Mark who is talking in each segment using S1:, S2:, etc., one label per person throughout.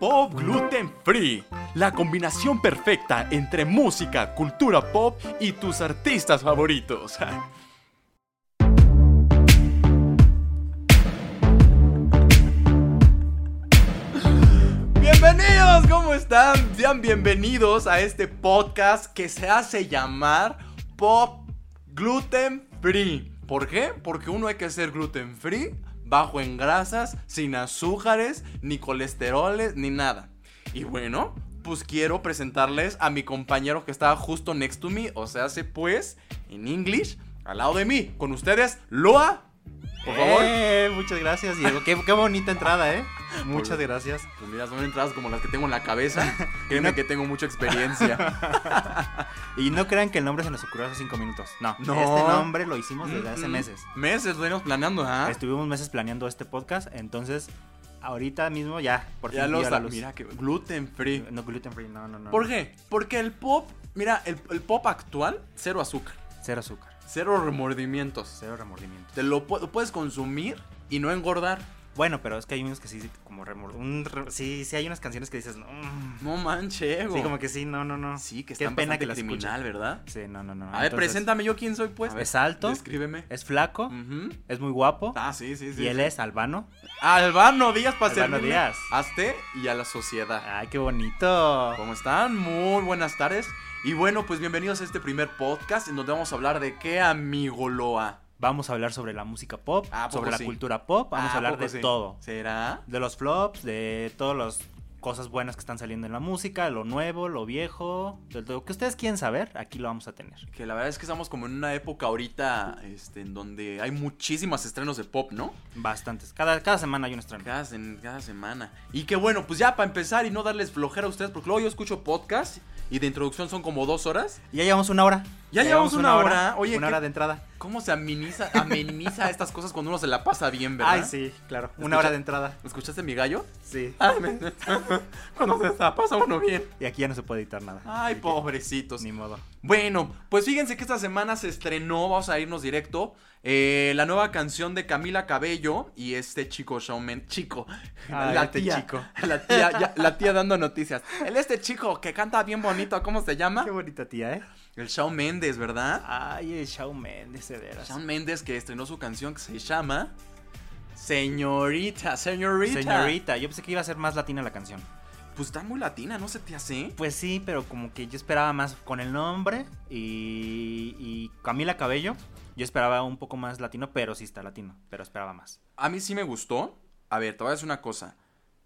S1: Pop Gluten Free, la combinación perfecta entre música, cultura pop y tus artistas favoritos. Bienvenidos, ¿cómo están? Sean bienvenidos a este podcast que se hace llamar Pop Gluten Free. ¿Por qué? Porque uno hay que ser gluten free, bajo en grasas, sin azúcares, ni colesteroles, ni nada. Y bueno, pues quiero presentarles a mi compañero que estaba justo next to me, o sea, hace pues, en English, al lado de mí. Con ustedes, Loa. Por favor.
S2: Eh, muchas gracias, Diego. Qué, qué bonita entrada, ¿eh? Muchas
S1: Por-
S2: gracias.
S1: Pues mira, son entradas como las que tengo en la cabeza. Créeme que tengo mucha experiencia.
S2: Y no crean que el nombre se nos ocurrió hace cinco minutos. No,
S1: No.
S2: este nombre lo hicimos desde hace
S1: Mm, mm,
S2: meses.
S1: Meses venimos planeando, ¿ah?
S2: Estuvimos meses planeando este podcast, entonces ahorita mismo ya, por
S1: Ya
S2: fin
S1: lo
S2: dio a la
S1: sa-
S2: luz.
S1: Mira que gluten free.
S2: No gluten free, no, no, no.
S1: ¿Por
S2: no.
S1: qué? Porque el pop, mira, el, el pop actual, cero azúcar,
S2: Cero azúcar,
S1: cero remordimientos.
S2: cero remordimiento.
S1: Te lo pu- puedes consumir y no engordar.
S2: Bueno, pero es que hay unos que sí, como remordimiento. Sí, sí, hay unas canciones que dices, mm,
S1: No manches,
S2: sí, como que sí, no, no, no.
S1: Sí, que
S2: Qué
S1: están
S2: pena
S1: bastante
S2: que la escuche.
S1: criminal, ¿verdad?
S2: Sí, no, no, no.
S1: A ver,
S2: entonces,
S1: preséntame yo quién soy, pues.
S2: Es alto,
S1: Descríbeme.
S2: es flaco,
S1: Ujú.
S2: es muy guapo.
S1: Ah, sí, sí, sí.
S2: Y él
S1: sí.
S2: es albano.
S1: Albano Díaz para
S2: Albano
S1: servirle
S2: Díaz.
S1: a usted y a la sociedad.
S2: Ay, qué bonito.
S1: ¿Cómo están? Muy buenas tardes. Y bueno, pues bienvenidos a este primer podcast en donde vamos a hablar de qué amigo Loa.
S2: Vamos a hablar sobre la música pop,
S1: Ah, ¿a poco
S2: sobre la
S1: sí?
S2: cultura pop, vamos
S1: Ah,
S2: a hablar
S1: poco
S2: de
S1: sí?
S2: todo.
S1: ¿Será?
S2: De los flops, de todas las cosas buenas que están saliendo en la música, lo nuevo, lo viejo, de lo que ustedes quieren saber, aquí lo vamos a tener.
S1: Que la verdad es que estamos como en una época ahorita este, en donde hay muchísimos estrenos de pop, ¿no?
S2: Bastantes. Cada, cada semana hay un estreno.
S1: Cada, sen- cada semana. Y que bueno, pues ya para empezar y no darles flojera a ustedes, porque luego yo escucho podcast y de introducción son como dos horas.
S2: Ya llevamos una hora.
S1: Ya llevamos una hora. Oye, ¿qué-
S2: una hora de entrada.
S1: ¿Cómo se ameniza, ameniza estas cosas cuando uno se la pasa bien, verdad?
S2: Ay, sí, claro.
S1: Escucha- Ah.
S2: Una hora de entrada.
S1: ¿Escuchaste mi gallo?
S2: Sí.
S1: Ay, me- cuando se la pasa uno bien.
S2: Y aquí ya no se puede editar nada.
S1: Ay,
S2: Así que,
S1: pobrecitos.
S2: Ni modo.
S1: Bueno, pues fíjense que esta semana se estrenó, vamos a irnos directo, eh, la nueva canción de Camila Cabello y este chico showman, chico,
S2: Ay,
S1: la
S2: este
S1: tía,
S2: chico.
S1: la tía, ya- la tía dando noticias. El este chico que canta bien bonito, ¿cómo se llama?
S2: Qué bonita tía, ¿eh?
S1: El Shawn Méndez, ¿verdad?
S2: Ay, el Shawn Mendes, de veras.
S1: Shawn Méndez que estrenó su canción que se llama Señorita, Señorita.
S2: Señorita, yo pensé que iba a ser más latina la canción.
S1: Pues está muy latina, ¿no se te hace?
S2: Pues sí, pero como que yo esperaba más con el nombre y, y Camila Cabello. Yo esperaba un poco más latino, pero sí está latino, pero esperaba más.
S1: A mí sí me gustó. A ver, te voy a decir una cosa.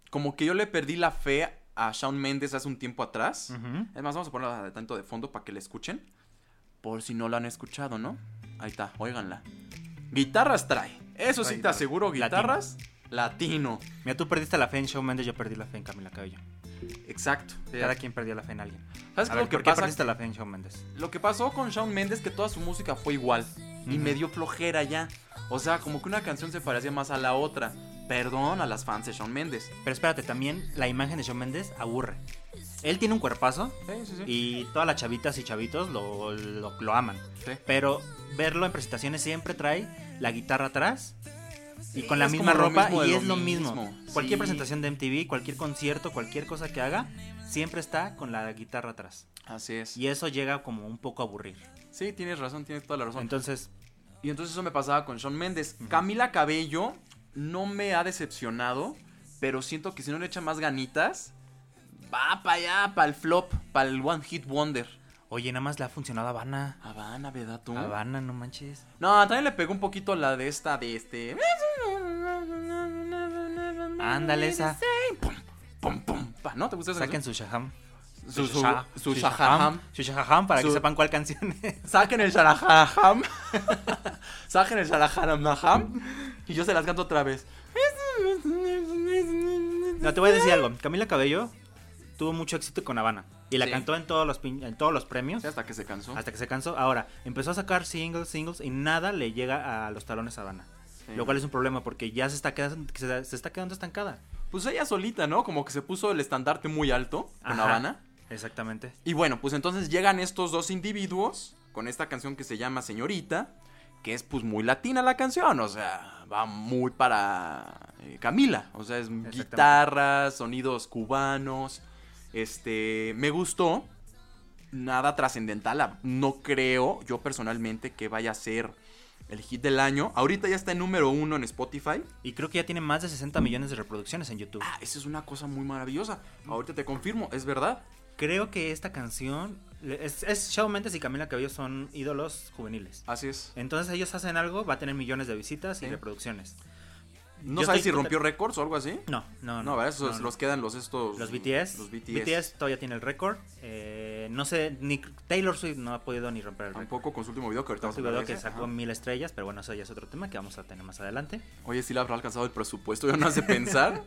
S1: Como que yo le perdí la fe a Shawn Méndez hace un tiempo atrás. Es más, vamos a ponerla de tanto de fondo para que la escuchen. Por si no la han escuchado, ¿no? Ahí está, óiganla. Guitarras trae. Eso sí
S2: Trae
S1: te
S2: guitarra.
S1: aseguro,
S2: Latino.
S1: guitarras latino.
S2: Mira, tú perdiste la fe en Shawn Mendes, yo perdí la fe en Camila Cabello.
S1: Exacto.
S2: Cada quien perdía la fe en alguien.
S1: ¿Sabes
S2: A
S1: qué
S2: ver,
S1: lo que
S2: ¿por qué
S1: pasa?
S2: perdiste la fe en Shawn Mendes?
S1: Lo que pasó con Shawn Mendes que toda su música fue igual. Y
S2: Ujú.
S1: me dio flojera ya. O sea, como que una canción se parecía más a la otra. Perdón a las fans de Shawn Mendes.
S2: Pero espérate, también la imagen de Shawn Mendes aburre. Él tiene un cuerpazo
S1: Sí, sí, sí.
S2: y todas las chavitas y chavitos lo, lo- lo aman.
S1: Sí.
S2: Pero verlo en presentaciones siempre trae la guitarra atrás y
S1: Sí,
S2: con la
S1: es
S2: misma
S1: como lo
S2: ropa
S1: mismo de
S2: y
S1: lo
S2: es lo mismo.
S1: mismo.
S2: Cualquier
S1: Sí.
S2: presentación de MTV, cualquier concierto, cualquier cosa que haga, siempre está con la guitarra atrás.
S1: Así es.
S2: Y eso llega como un poco a aburrir.
S1: Sí, tienes razón, tienes toda la razón.
S2: Entonces,
S1: Y entonces eso me pasaba con Shawn Méndez. Camila Cabello no me ha decepcionado, pero siento que si no le echa más ganitas, va para allá, para el flop, para el One Hit Wonder.
S2: oye, nada más le ha funcionado a Habana.
S1: Habana, ¿verdad tú?
S2: Habana, no manches.
S1: No, también le pegó un poquito la de esta, de este.
S2: Ándale, esa.
S1: Pum, pum, pum, pa. ¿No te gusta esa
S2: Saquen
S1: canción?
S2: su shaham.
S1: Su, su,
S2: shah-
S1: su shaham.
S2: shaham. Su shaham para
S1: Su-
S2: que sepan cuál canción es.
S1: Saquen el Sharajam. Saquen el Sharajam. Y yo se las canto otra vez.
S2: No, te voy a decir algo. Camila Cabello tuvo mucho éxito con Habana. Y la
S1: Sí.
S2: cantó en todos los, pin- en todos los premios.
S1: Sí, hasta que se cansó.
S2: Hasta que se cansó. Ahora, empezó a sacar singles, singles y nada le llega a los talones a Dana.
S1: Sí.
S2: Lo cual es un problema porque ya se está quedando, se, se está quedando estancada.
S1: Pues ella solita, ¿no? Como que se puso el estandarte muy alto con
S2: Ajá,
S1: Habana.
S2: Exactamente.
S1: Y bueno, pues entonces llegan estos dos individuos con esta canción que se llama Señorita, que es pues muy latina la canción, o sea, va muy para eh, Camila, o sea, es guitarras, sonidos cubanos, este, me gustó, nada trascendental, a- no creo yo personalmente que vaya a ser el hit del año, ahorita ya está en número uno en Spotify,
S2: Y creo que ya tiene más de 60 millones de reproducciones en YouTube.
S1: ah, esa es una cosa muy maravillosa, ahorita te confirmo, es verdad,
S2: Creo que esta canción le- es, es Shawn Mendes y Camila Cabello son ídolos juveniles.
S1: así es.
S2: Entonces ellos hacen algo, va a tener millones de visitas y
S1: Sí.
S2: reproducciones.
S1: No
S2: Yo
S1: sabes si
S2: estoy total-
S1: rompió récords o algo así.
S2: No, no, no.
S1: No, ¿verdad? Esos-
S2: no, no.
S1: los quedan los estos.
S2: Los BTS.
S1: Los BTS.
S2: todavía tiene el récord. Eh, no sé, ni Taylor Swift no ha podido ni romper el récord.
S1: Tampoco con su último video que ahorita vamos
S2: Con
S1: a
S2: su
S1: hablar
S2: video
S1: de
S2: que
S1: ese.
S2: sacó
S1: Ajá.
S2: mil estrellas, pero bueno, eso ya es otro tema que vamos a tener más adelante.
S1: Oye, sí le habrá alcanzado el presupuesto, ya no hace pensar.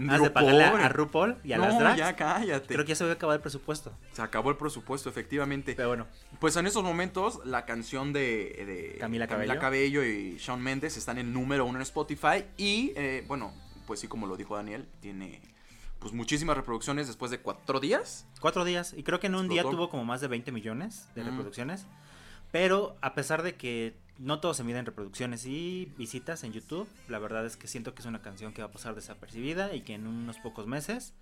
S2: Has de
S1: Digo,
S2: pagarle a,
S1: pobre.
S2: a RuPaul y a
S1: no,
S2: las drags.
S1: ya cállate.
S2: Creo que ya se había acabado el presupuesto.
S1: Se acabó el presupuesto, efectivamente.
S2: Pero bueno,
S1: Pues en esos momentos, la canción de, de
S2: Camila
S1: Cabello y Shawn Mendes están en número uno en Spotify. Y eh, bueno, pues sí, como lo dijo Daniel, tiene pues muchísimas reproducciones después de cuatro días.
S2: cuatro días. Y creo que en un día
S1: Explotó.
S2: tuvo como más de 20 millones de
S1: Mm.
S2: reproducciones. Pero a pesar de que no todo se mide en reproducciones y visitas en YouTube, la verdad es que siento que es una canción que va a pasar desapercibida y que en unos pocos meses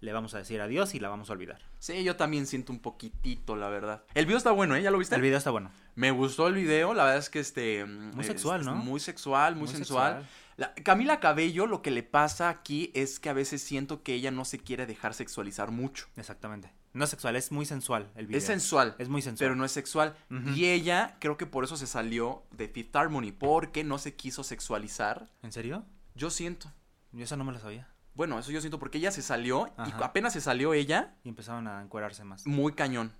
S2: le vamos a decir adiós y la vamos a olvidar.
S1: Sí, yo también siento un poquitito, la verdad. El video está bueno, ¿eh? ¿Ya lo viste?
S2: El video está bueno.
S1: Me gustó el video, la verdad es que este... Muy
S2: sexual, ¿no?
S1: Muy sexual, muy, sensual. La- Camila Cabello lo que le pasa aquí es que a veces siento que ella no se quiere dejar sexualizar mucho.
S2: Exactamente. No es sexual, es muy sensual el video.
S1: Es sensual,
S2: Es muy sensual.
S1: pero no es sexual.
S2: Ujú.
S1: Y ella creo que por eso se salió de Fifth Harmony, porque no se quiso sexualizar.
S2: ¿En serio?
S1: Yo siento.
S2: Yo eso no me lo sabía.
S1: Bueno, eso yo siento porque ella se salió y
S2: Ajá.
S1: apenas se salió ella,
S2: Y empezaron a encuerarse más.
S1: muy cañón.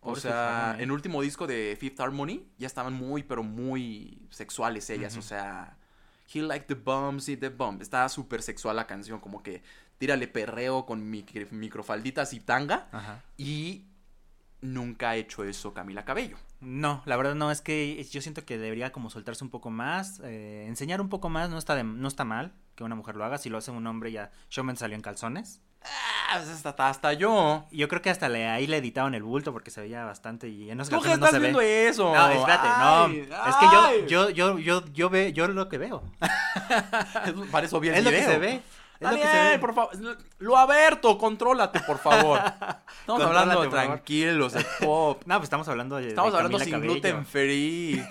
S1: O
S2: Pobre Fifth
S1: sea,
S2: Harmony.
S1: en el último disco de Fifth Harmony ya estaban muy, pero muy sexuales ellas. O
S2: Ujú.
S1: sea, He Like the Bums y the Bump. Está súper sexual la canción, como que tírale perreo con micro- microfalditas y tanga.
S2: Ajá.
S1: Y nunca ha hecho eso Camila Cabello.
S2: No, la verdad no, es que yo siento que debería como soltarse un poco más, eh, enseñar un poco más, no está, de- no está mal que una mujer lo haga, si lo hace un hombre ya Showman salió en calzones.
S1: Ah, pues hasta, hasta yo.
S2: Yo creo que hasta le, ahí le editaron el bulto porque se veía bastante y en los
S1: ¿Tú qué
S2: calzones
S1: estás
S2: no se
S1: viendo
S2: ve.
S1: eso?
S2: No, espérate,
S1: Ay,
S2: no. Es que
S1: ay.
S2: yo, yo, yo, yo, yo veo, yo lo que veo.
S1: Es- Para eso vi el
S2: es lo que
S1: video.
S2: se ve. Es lo que se
S1: Daniel,
S2: ve.
S1: por favor. Lo aberto, contrólate, por favor. Estamos
S2: Contrólate,
S1: hablando
S2: por favor.
S1: tranquilos, de pop.
S2: No, pues estamos hablando de.
S1: Estamos
S2: de
S1: hablando sin
S2: Camila Cabello.
S1: gluten free,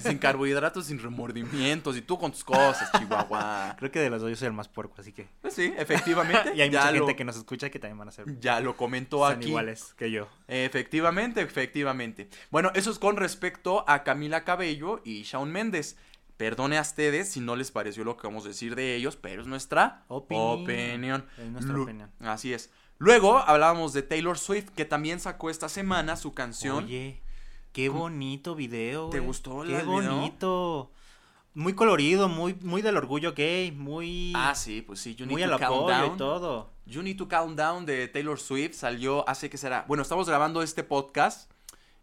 S1: sin carbohidratos, sin remordimientos y tú con tus cosas, Chihuahua.
S2: Creo que de los dos yo soy el más puerco, así que.
S1: Pues sí, efectivamente.
S2: Y hay
S1: ya
S2: mucha
S1: lo,
S2: gente que nos escucha que también van a ser.
S1: Ya lo comentó
S2: Son
S1: aquí.
S2: iguales que yo.
S1: Efectivamente, efectivamente. Bueno, eso es con respecto a Camila Cabello y Shawn Méndez. Perdone a ustedes si no les pareció lo que vamos a decir de ellos, pero es nuestra
S2: Opinión.
S1: opinión.
S2: Es nuestra
S1: Lu-
S2: opinión.
S1: Así es. Luego hablábamos de Taylor Swift, que también sacó esta semana su canción.
S2: Oye, qué
S1: ¿Cómo?
S2: bonito video.
S1: ¿Te
S2: güey.
S1: gustó la-
S2: Qué
S1: el video?
S2: bonito. Muy colorido, muy, muy del orgullo gay, muy,
S1: ah, sí, pues sí, You Need
S2: muy
S1: to
S2: al
S1: Calm
S2: apoyo
S1: Down.
S2: y todo.
S1: You Need to Count Down de Taylor Swift salió hace que será. Bueno, estamos grabando este podcast.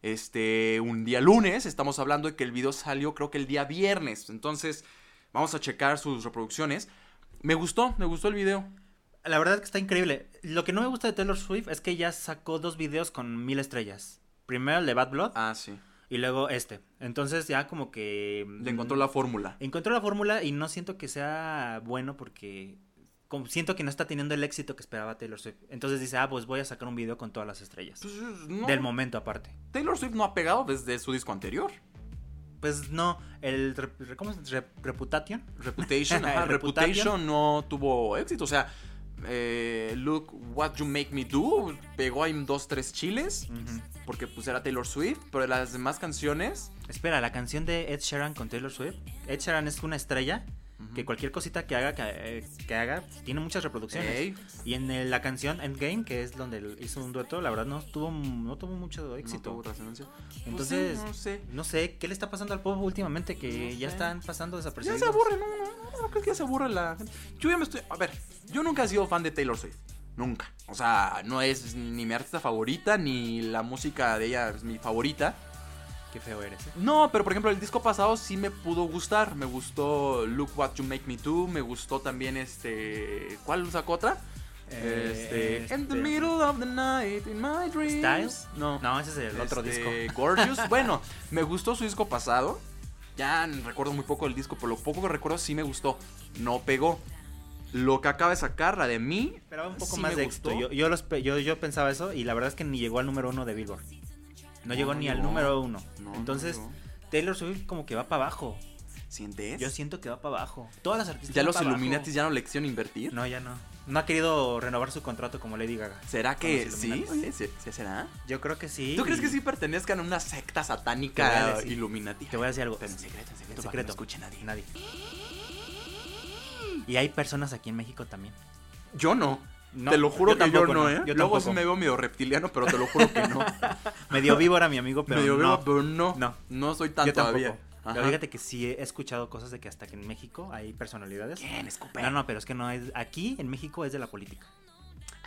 S1: Este, un día lunes, estamos hablando de que el video salió creo que el día viernes. Entonces, vamos a checar sus reproducciones. Me gustó, me gustó el video.
S2: La verdad es que está increíble. Lo que no me gusta de Taylor Swift es que ella sacó dos videos con mil estrellas. Primero el de Bad Blood
S1: Ah, sí.
S2: y luego este. Entonces ya como que... mm,
S1: Le encontró la fórmula.
S2: encontró la fórmula y no siento que sea bueno porque como siento que no está teniendo el éxito que esperaba Taylor Swift. Entonces dice, ah, pues voy a sacar un video con todas las estrellas.
S1: Pues, no,
S2: Del momento aparte.
S1: Taylor Swift no ha pegado desde su disco anterior.
S2: Pues no, el rep- re- ¿cómo es? Rep- Reputation.
S1: Reputation, ajá,
S2: Reputation.
S1: Ah, Reputation no tuvo éxito. O sea, eh, Look What You Make Me Do pegó ahí dos, tres chiles. porque pues era Taylor Swift, pero las demás canciones
S2: Espera, la canción de Ed Sheeran con Taylor Swift. Ed Sheeran es una estrella que cualquier cosita que haga, que, eh, que haga, tiene muchas reproducciones.
S1: pues, Ey,
S2: Y en el- la canción Endgame, que es donde él hizo un dueto, la verdad no tuvo, no tuvo mucho
S1: no
S2: éxito.
S1: tuvo resonancia.
S2: Entonces,
S1: Pues, sí, no sé.
S2: no sé, ¿qué le está pasando al pop últimamente? Que
S1: No
S2: ya
S1: sé.
S2: están pasando
S1: Ya
S2: desapercibidos.
S1: se aburre, no, no, no, creo que ya se aburre la gente. Yo ya me estoy, a ver, yo nunca he sido fan de Taylor Swift. Nunca. O sea, no es ni mi artista favorita, ni la música de ella es mi favorita.
S2: Qué feo eres, ¿eh?
S1: No, pero por ejemplo, el disco pasado sí me pudo gustar. Me gustó Look What You Make Me Do. Me gustó también este. ¿Cuál sacó otra? Este,
S2: Eh,
S1: In the
S2: este-
S1: middle of the night, in my dreams.
S2: ¿Styles?
S1: No.
S2: No, ese es el otro disco.
S1: Este, Gorgeous. bueno, me gustó su disco pasado. Ya recuerdo muy poco del disco, pero lo poco que recuerdo sí me gustó. No pegó. Lo que acaba de sacar, la de mí.
S2: Esperaba un poco
S1: sí
S2: más
S1: me
S2: de
S1: gustó.
S2: éxito. Yo, yo, los pe- yo, yo pensaba eso y la verdad es que ni llegó al número uno de Billboard. No
S1: No,
S2: llegó
S1: no
S2: ni al
S1: llegó.
S2: número uno.
S1: No, no,
S2: Entonces,
S1: no.
S2: Taylor Swift como que va para abajo.
S1: ¿Sientes?
S2: Yo siento que va para abajo. Todas las artistas.
S1: ya
S2: van
S1: los
S2: pa' abajo.
S1: Illuminatis ya no le quisieron invertir.
S2: No, ya no. No ha querido renovar su contrato como Lady Gaga.
S1: ¿Será que
S2: los
S1: sí?
S2: Illuminatis.
S1: ¿Sí? ¿Sí será?
S2: Yo creo que sí.
S1: ¿Tú crees
S2: y
S1: que sí pertenezcan a una secta satánica
S2: Te voy a decir-
S1: Illuminati?
S2: Te voy a decir algo.
S1: Pero en secreto, en secreto,
S2: En
S1: para que no
S2: secreto.
S1: escuche nadie.
S2: Nadie. Y hay personas aquí en México también.
S1: Yo no.
S2: No,
S1: te lo juro
S2: yo
S1: que yo
S2: tampoco,
S1: no, ¿eh?
S2: Yo
S1: Luego
S2: tampoco.
S1: sí me veo medio reptiliano, pero te lo juro que no.
S2: Medio víbora mi amigo, pero
S1: medio
S2: no.
S1: veo, pero no.
S2: No.
S1: No. soy tan
S2: yo tampoco.
S1: todavía.
S2: Pero
S1: Ajá.
S2: fíjate que sí he escuchado cosas de que hasta que en México hay personalidades.
S1: ¿Quién escupe?
S2: No, no, pero es que no es. Aquí en México es de la política.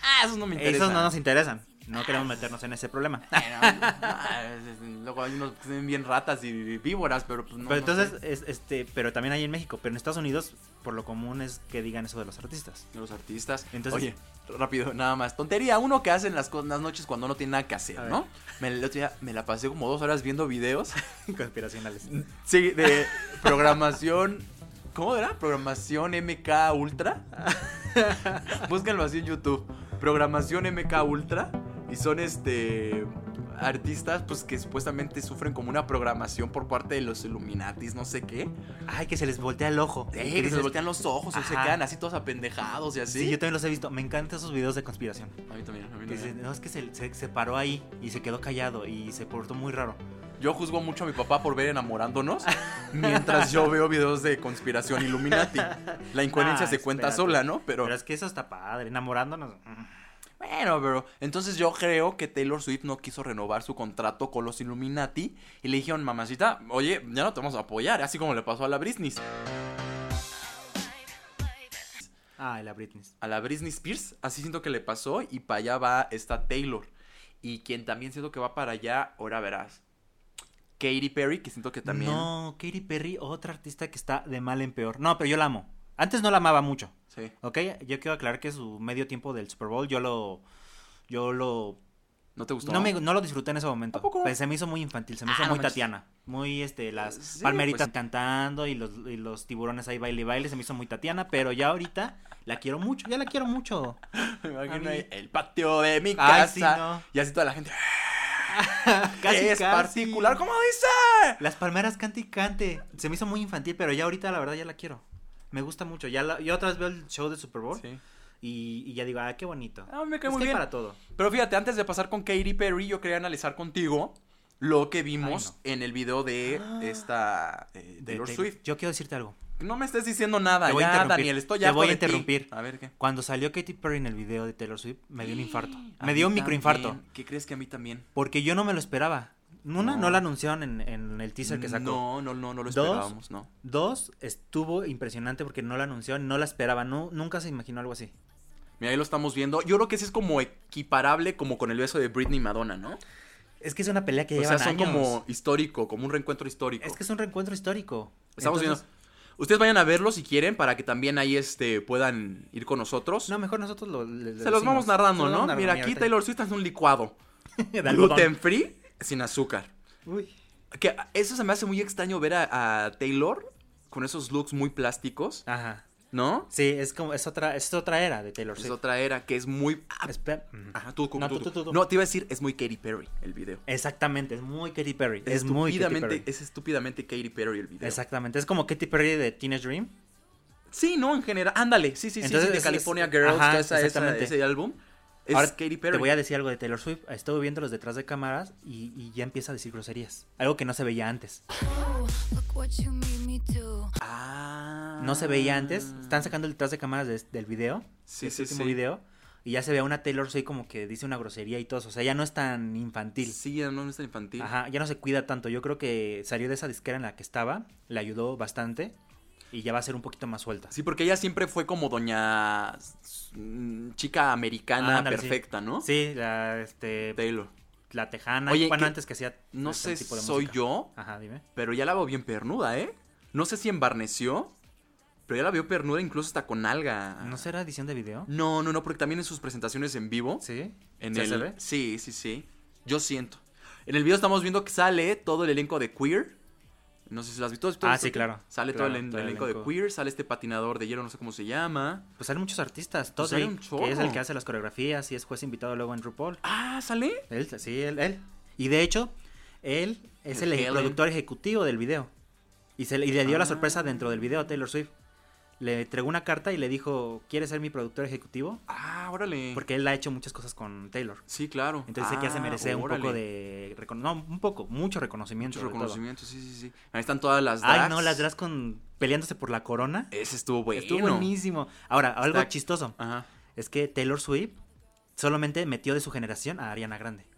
S1: Ah, esos no me interesan.
S2: Esos no nos interesan. No queremos meternos en ese problema.
S1: Bueno, ah, es- es- Luego hay unos que se ven bien ratas y víboras, pero pues no.
S2: pero
S1: no
S2: entonces,
S1: sé.
S2: es- este, pero también hay en México. Pero en Estados Unidos, por lo común es que digan eso de los artistas.
S1: Los artistas.
S2: Entonces-
S1: Oye, rápido, nada más. Tontería, uno que hace en las, co- en las noches cuando no tiene nada que hacer,
S2: A ver.
S1: ¿no? Me, el otro día me la pasé como dos horas viendo videos
S2: Conspiracionales.
S1: Sí, de programación. ¿Cómo era? Programación MK Ultra. Búsquenlo así en YouTube. Programación MK Ultra. Y son este. Artistas, pues que supuestamente sufren como una programación por parte de los Illuminatis, no sé qué.
S2: Ay, que se les voltea el ojo.
S1: Eh,
S2: Y
S1: que se
S2: dices,
S1: les voltean los ojos, o se
S2: Ajá.
S1: quedan así todos apendejados y así.
S2: Sí, yo también los he visto. Me encantan esos videos de conspiración.
S1: A mí también, a mí
S2: Que dicen,
S1: también.
S2: no, es que se, se, se paró ahí y se quedó callado y se portó muy raro.
S1: Yo juzgo mucho a mi papá por ver enamorándonos mientras yo veo videos de conspiración Illuminati. La incoherencia
S2: Ah,
S1: se cuenta
S2: espérate.
S1: sola, ¿no?
S2: Pero es que eso está padre, enamorándonos.
S1: Bueno, pero entonces yo creo que Taylor Swift no quiso renovar su contrato con los Illuminati y le dijeron, mamacita, oye, ya no te vamos a apoyar, así como le pasó a la Britney.
S2: Ah, la Britney.
S1: A la Britney Spears, así siento que le pasó y para allá va esta Taylor. Y quien también siento que va para allá, ahora verás. Katy Perry, que siento que también...
S2: No, Katy Perry, otra artista que está de mal en peor. No, pero yo la amo. Antes no la amaba mucho,
S1: Sí.
S2: ¿ok? Yo quiero aclarar que su medio tiempo del Super Bowl yo lo... Yo lo...
S1: ¿No te gustó?
S2: No, me, no lo disfruté en ese momento.
S1: ¿A poco?
S2: Pues se me hizo muy infantil, se me
S1: Ah,
S2: hizo
S1: no
S2: muy
S1: manches.
S2: Tatiana. Muy, este, las
S1: Sí,
S2: palmeritas
S1: pues.
S2: cantando y los, y los tiburones ahí baile y baile. Se me hizo muy Tatiana, pero ya ahorita la quiero mucho, ya la quiero mucho.
S1: Me imagino
S2: A mí-
S1: ahí, el patio de mi casa.
S2: Ay, sí, no.
S1: Y así toda la gente... "Ah,
S2: Casi,
S1: es
S2: casi.
S1: particular, ¿cómo dice?
S2: Las palmeras cante y cante. Se me hizo muy infantil, pero ya ahorita la verdad ya la quiero. Me gusta mucho. Ya la- yo otra vez veo el show de Super Bowl
S1: Sí.
S2: y, y ya digo, ah, qué bonito.
S1: Ah, me cae
S2: Es
S1: muy
S2: que
S1: bien.
S2: hay para todo.
S1: Pero fíjate, antes de pasar con Katy Perry, yo quería analizar contigo lo que vimos
S2: Ay,
S1: en el video de
S2: Ah.
S1: esta eh,
S2: De
S1: Taylor
S2: Taylor.
S1: Swift.
S2: Yo quiero decirte algo.
S1: No me estés diciendo nada,
S2: Te voy a
S1: ya,
S2: interrumpir.
S1: Daniel, estoy
S2: Te
S1: ya
S2: voy a interrumpir.
S1: A ver qué.
S2: Cuando salió Katy Perry en el video de Taylor Swift, me dio un infarto.
S1: A
S2: Me
S1: mí
S2: dio un microinfarto.
S1: también. ¿Qué crees que a mí también?
S2: Porque yo no me lo esperaba. Una, no,
S1: No.
S2: la anunciaron en, en el teaser que sacó.
S1: No, no, no, no lo
S2: Dos.
S1: esperábamos, no.
S2: Dos, estuvo impresionante porque no la anunciaron, no la esperaba. No, nunca se imaginó algo así.
S1: Mira, ahí lo estamos viendo. Yo creo que sí es como equiparable como con el beso de Britney y Madonna, ¿no?
S2: Es que es una pelea que
S1: o
S2: llevan
S1: sea, son
S2: años.
S1: como histórico, como un reencuentro histórico.
S2: Es que es un reencuentro histórico.
S1: Estamos
S2: Entonces-
S1: viendo. Ustedes vayan a verlo si quieren para que también ahí este puedan ir con nosotros.
S2: No, mejor nosotros lo. le- le
S1: Se los
S2: decimos.
S1: vamos
S2: Se
S1: narrando,
S2: los
S1: ¿no?
S2: vamos narrando,
S1: Mira, aquí
S2: ahorita.
S1: Taylor Swift hace un licuado.
S2: De algodón.
S1: Gluten free, sin azúcar.
S2: Uy.
S1: Que eso se me hace muy extraño ver a, a Taylor con esos looks muy plásticos,
S2: Ajá.
S1: ¿no?
S2: Sí, es como. Es otra, es otra era de Taylor
S1: Es
S2: Swift.
S1: otra era que es muy... ah,
S2: Espera.
S1: Ajá, tú, tú,
S2: No,
S1: tú,
S2: tú,
S1: tú.
S2: tú, tú.
S1: No, te iba a decir, es muy Katy Perry el video.
S2: Exactamente, es muy Katy Perry. Es, muy Katy
S1: Estúpidamente-
S2: Perry.
S1: Es estúpidamente Katy Perry el video.
S2: Exactamente, es como Katy Perry de Teenage Dream.
S1: Sí, no, en general. Ándale, sí, sí, sí,
S2: Entonces
S1: sí, de
S2: es-
S1: California
S2: es-
S1: Girls,
S2: ajá,
S1: que esa- esa-
S2: exactamente.
S1: ese álbum. Es
S2: Ahora
S1: Katy Perry.
S2: Te voy a decir algo de Taylor Swift. Estuve viendo los detrás de cámaras y, y ya empieza a decir groserías. Algo que no se veía antes.
S3: Oh, Look what you made me do.
S1: Ah.
S2: No se veía antes. Están sacando el detrás de cámaras de- del video.
S1: Sí,
S2: de este
S1: sí,
S2: último
S1: sí.
S2: video. Y ya se ve a una Taylor Swift como que dice una grosería y todo. eso. O sea, ya no es tan infantil.
S1: Sí, ya no es tan infantil.
S2: Ajá, ya no se cuida tanto. Yo creo que salió de esa disquera en la que estaba, le ayudó bastante. y ya va a ser un poquito más suelta.
S1: Sí, porque ella siempre fue como doña mm, chica americana
S2: Ah, ándale, sí.
S1: perfecta, ¿no?
S2: Sí, la, este,
S1: Taylor.
S2: la tejana.
S1: Oye,
S2: bueno,
S1: que-
S2: antes que hacía.
S1: No
S2: este
S1: sé
S2: tipo de
S1: soy
S2: música.
S1: yo,
S2: Ajá, dime.
S1: pero ya la veo bien pernuda, ¿eh? No sé si embarneció, pero ya la veo pernuda incluso hasta con alga.
S2: ¿No será edición de video?
S1: Ah. No, no, no, porque también en sus presentaciones en vivo.
S2: Sí.
S1: En
S2: ¿Sí
S1: el...
S2: se ve?
S1: Sí, sí, sí. Yo siento. En el video estamos viendo que sale todo el elenco de Queer. No sé si lo has visto. ¿Has visto
S2: Ah,
S1: esto?
S2: sí, claro.
S1: Sale todo
S2: Claro,
S1: el,
S2: todo el
S1: elenco,
S2: elenco.
S1: de Queer, sale este patinador de hielo, no sé cómo se llama.
S2: Pues salen muchos artistas.
S1: Pues
S2: Todd
S1: sale un
S2: Rake, que es el
S1: chorro.
S2: que hace las coreografías y es juez invitado luego en RuPaul.
S1: Ah, ¿sale?
S2: Él, sí, él, él. Y de hecho, él es el,
S1: Helen.
S2: productor ejecutivo del video. Y, se, le- y le dio
S1: Ah.
S2: la sorpresa dentro del video a Taylor Swift. Le entregó una carta y le dijo, ¿quieres ser mi productor ejecutivo?
S1: Ah, órale.
S2: Porque él ha hecho muchas cosas con Taylor.
S1: Sí, claro.
S2: Entonces sé que ya se
S1: Ah,
S2: merece un
S1: órale.
S2: poco de... recono- No, un poco, mucho
S1: Mucho
S2: reconocimiento. sobre todo.
S1: reconocimiento, sí, sí, sí. Ahí están todas las drags.
S2: Ay, no, las drags con... peleándose por la corona.
S1: Ese estuvo Eh, bueno.
S2: Estuvo buenísimo. Ahora, algo
S1: Está-
S2: chistoso.
S1: Ajá.
S2: Es que Taylor Swift solamente metió de su generación a Ariana Grande. O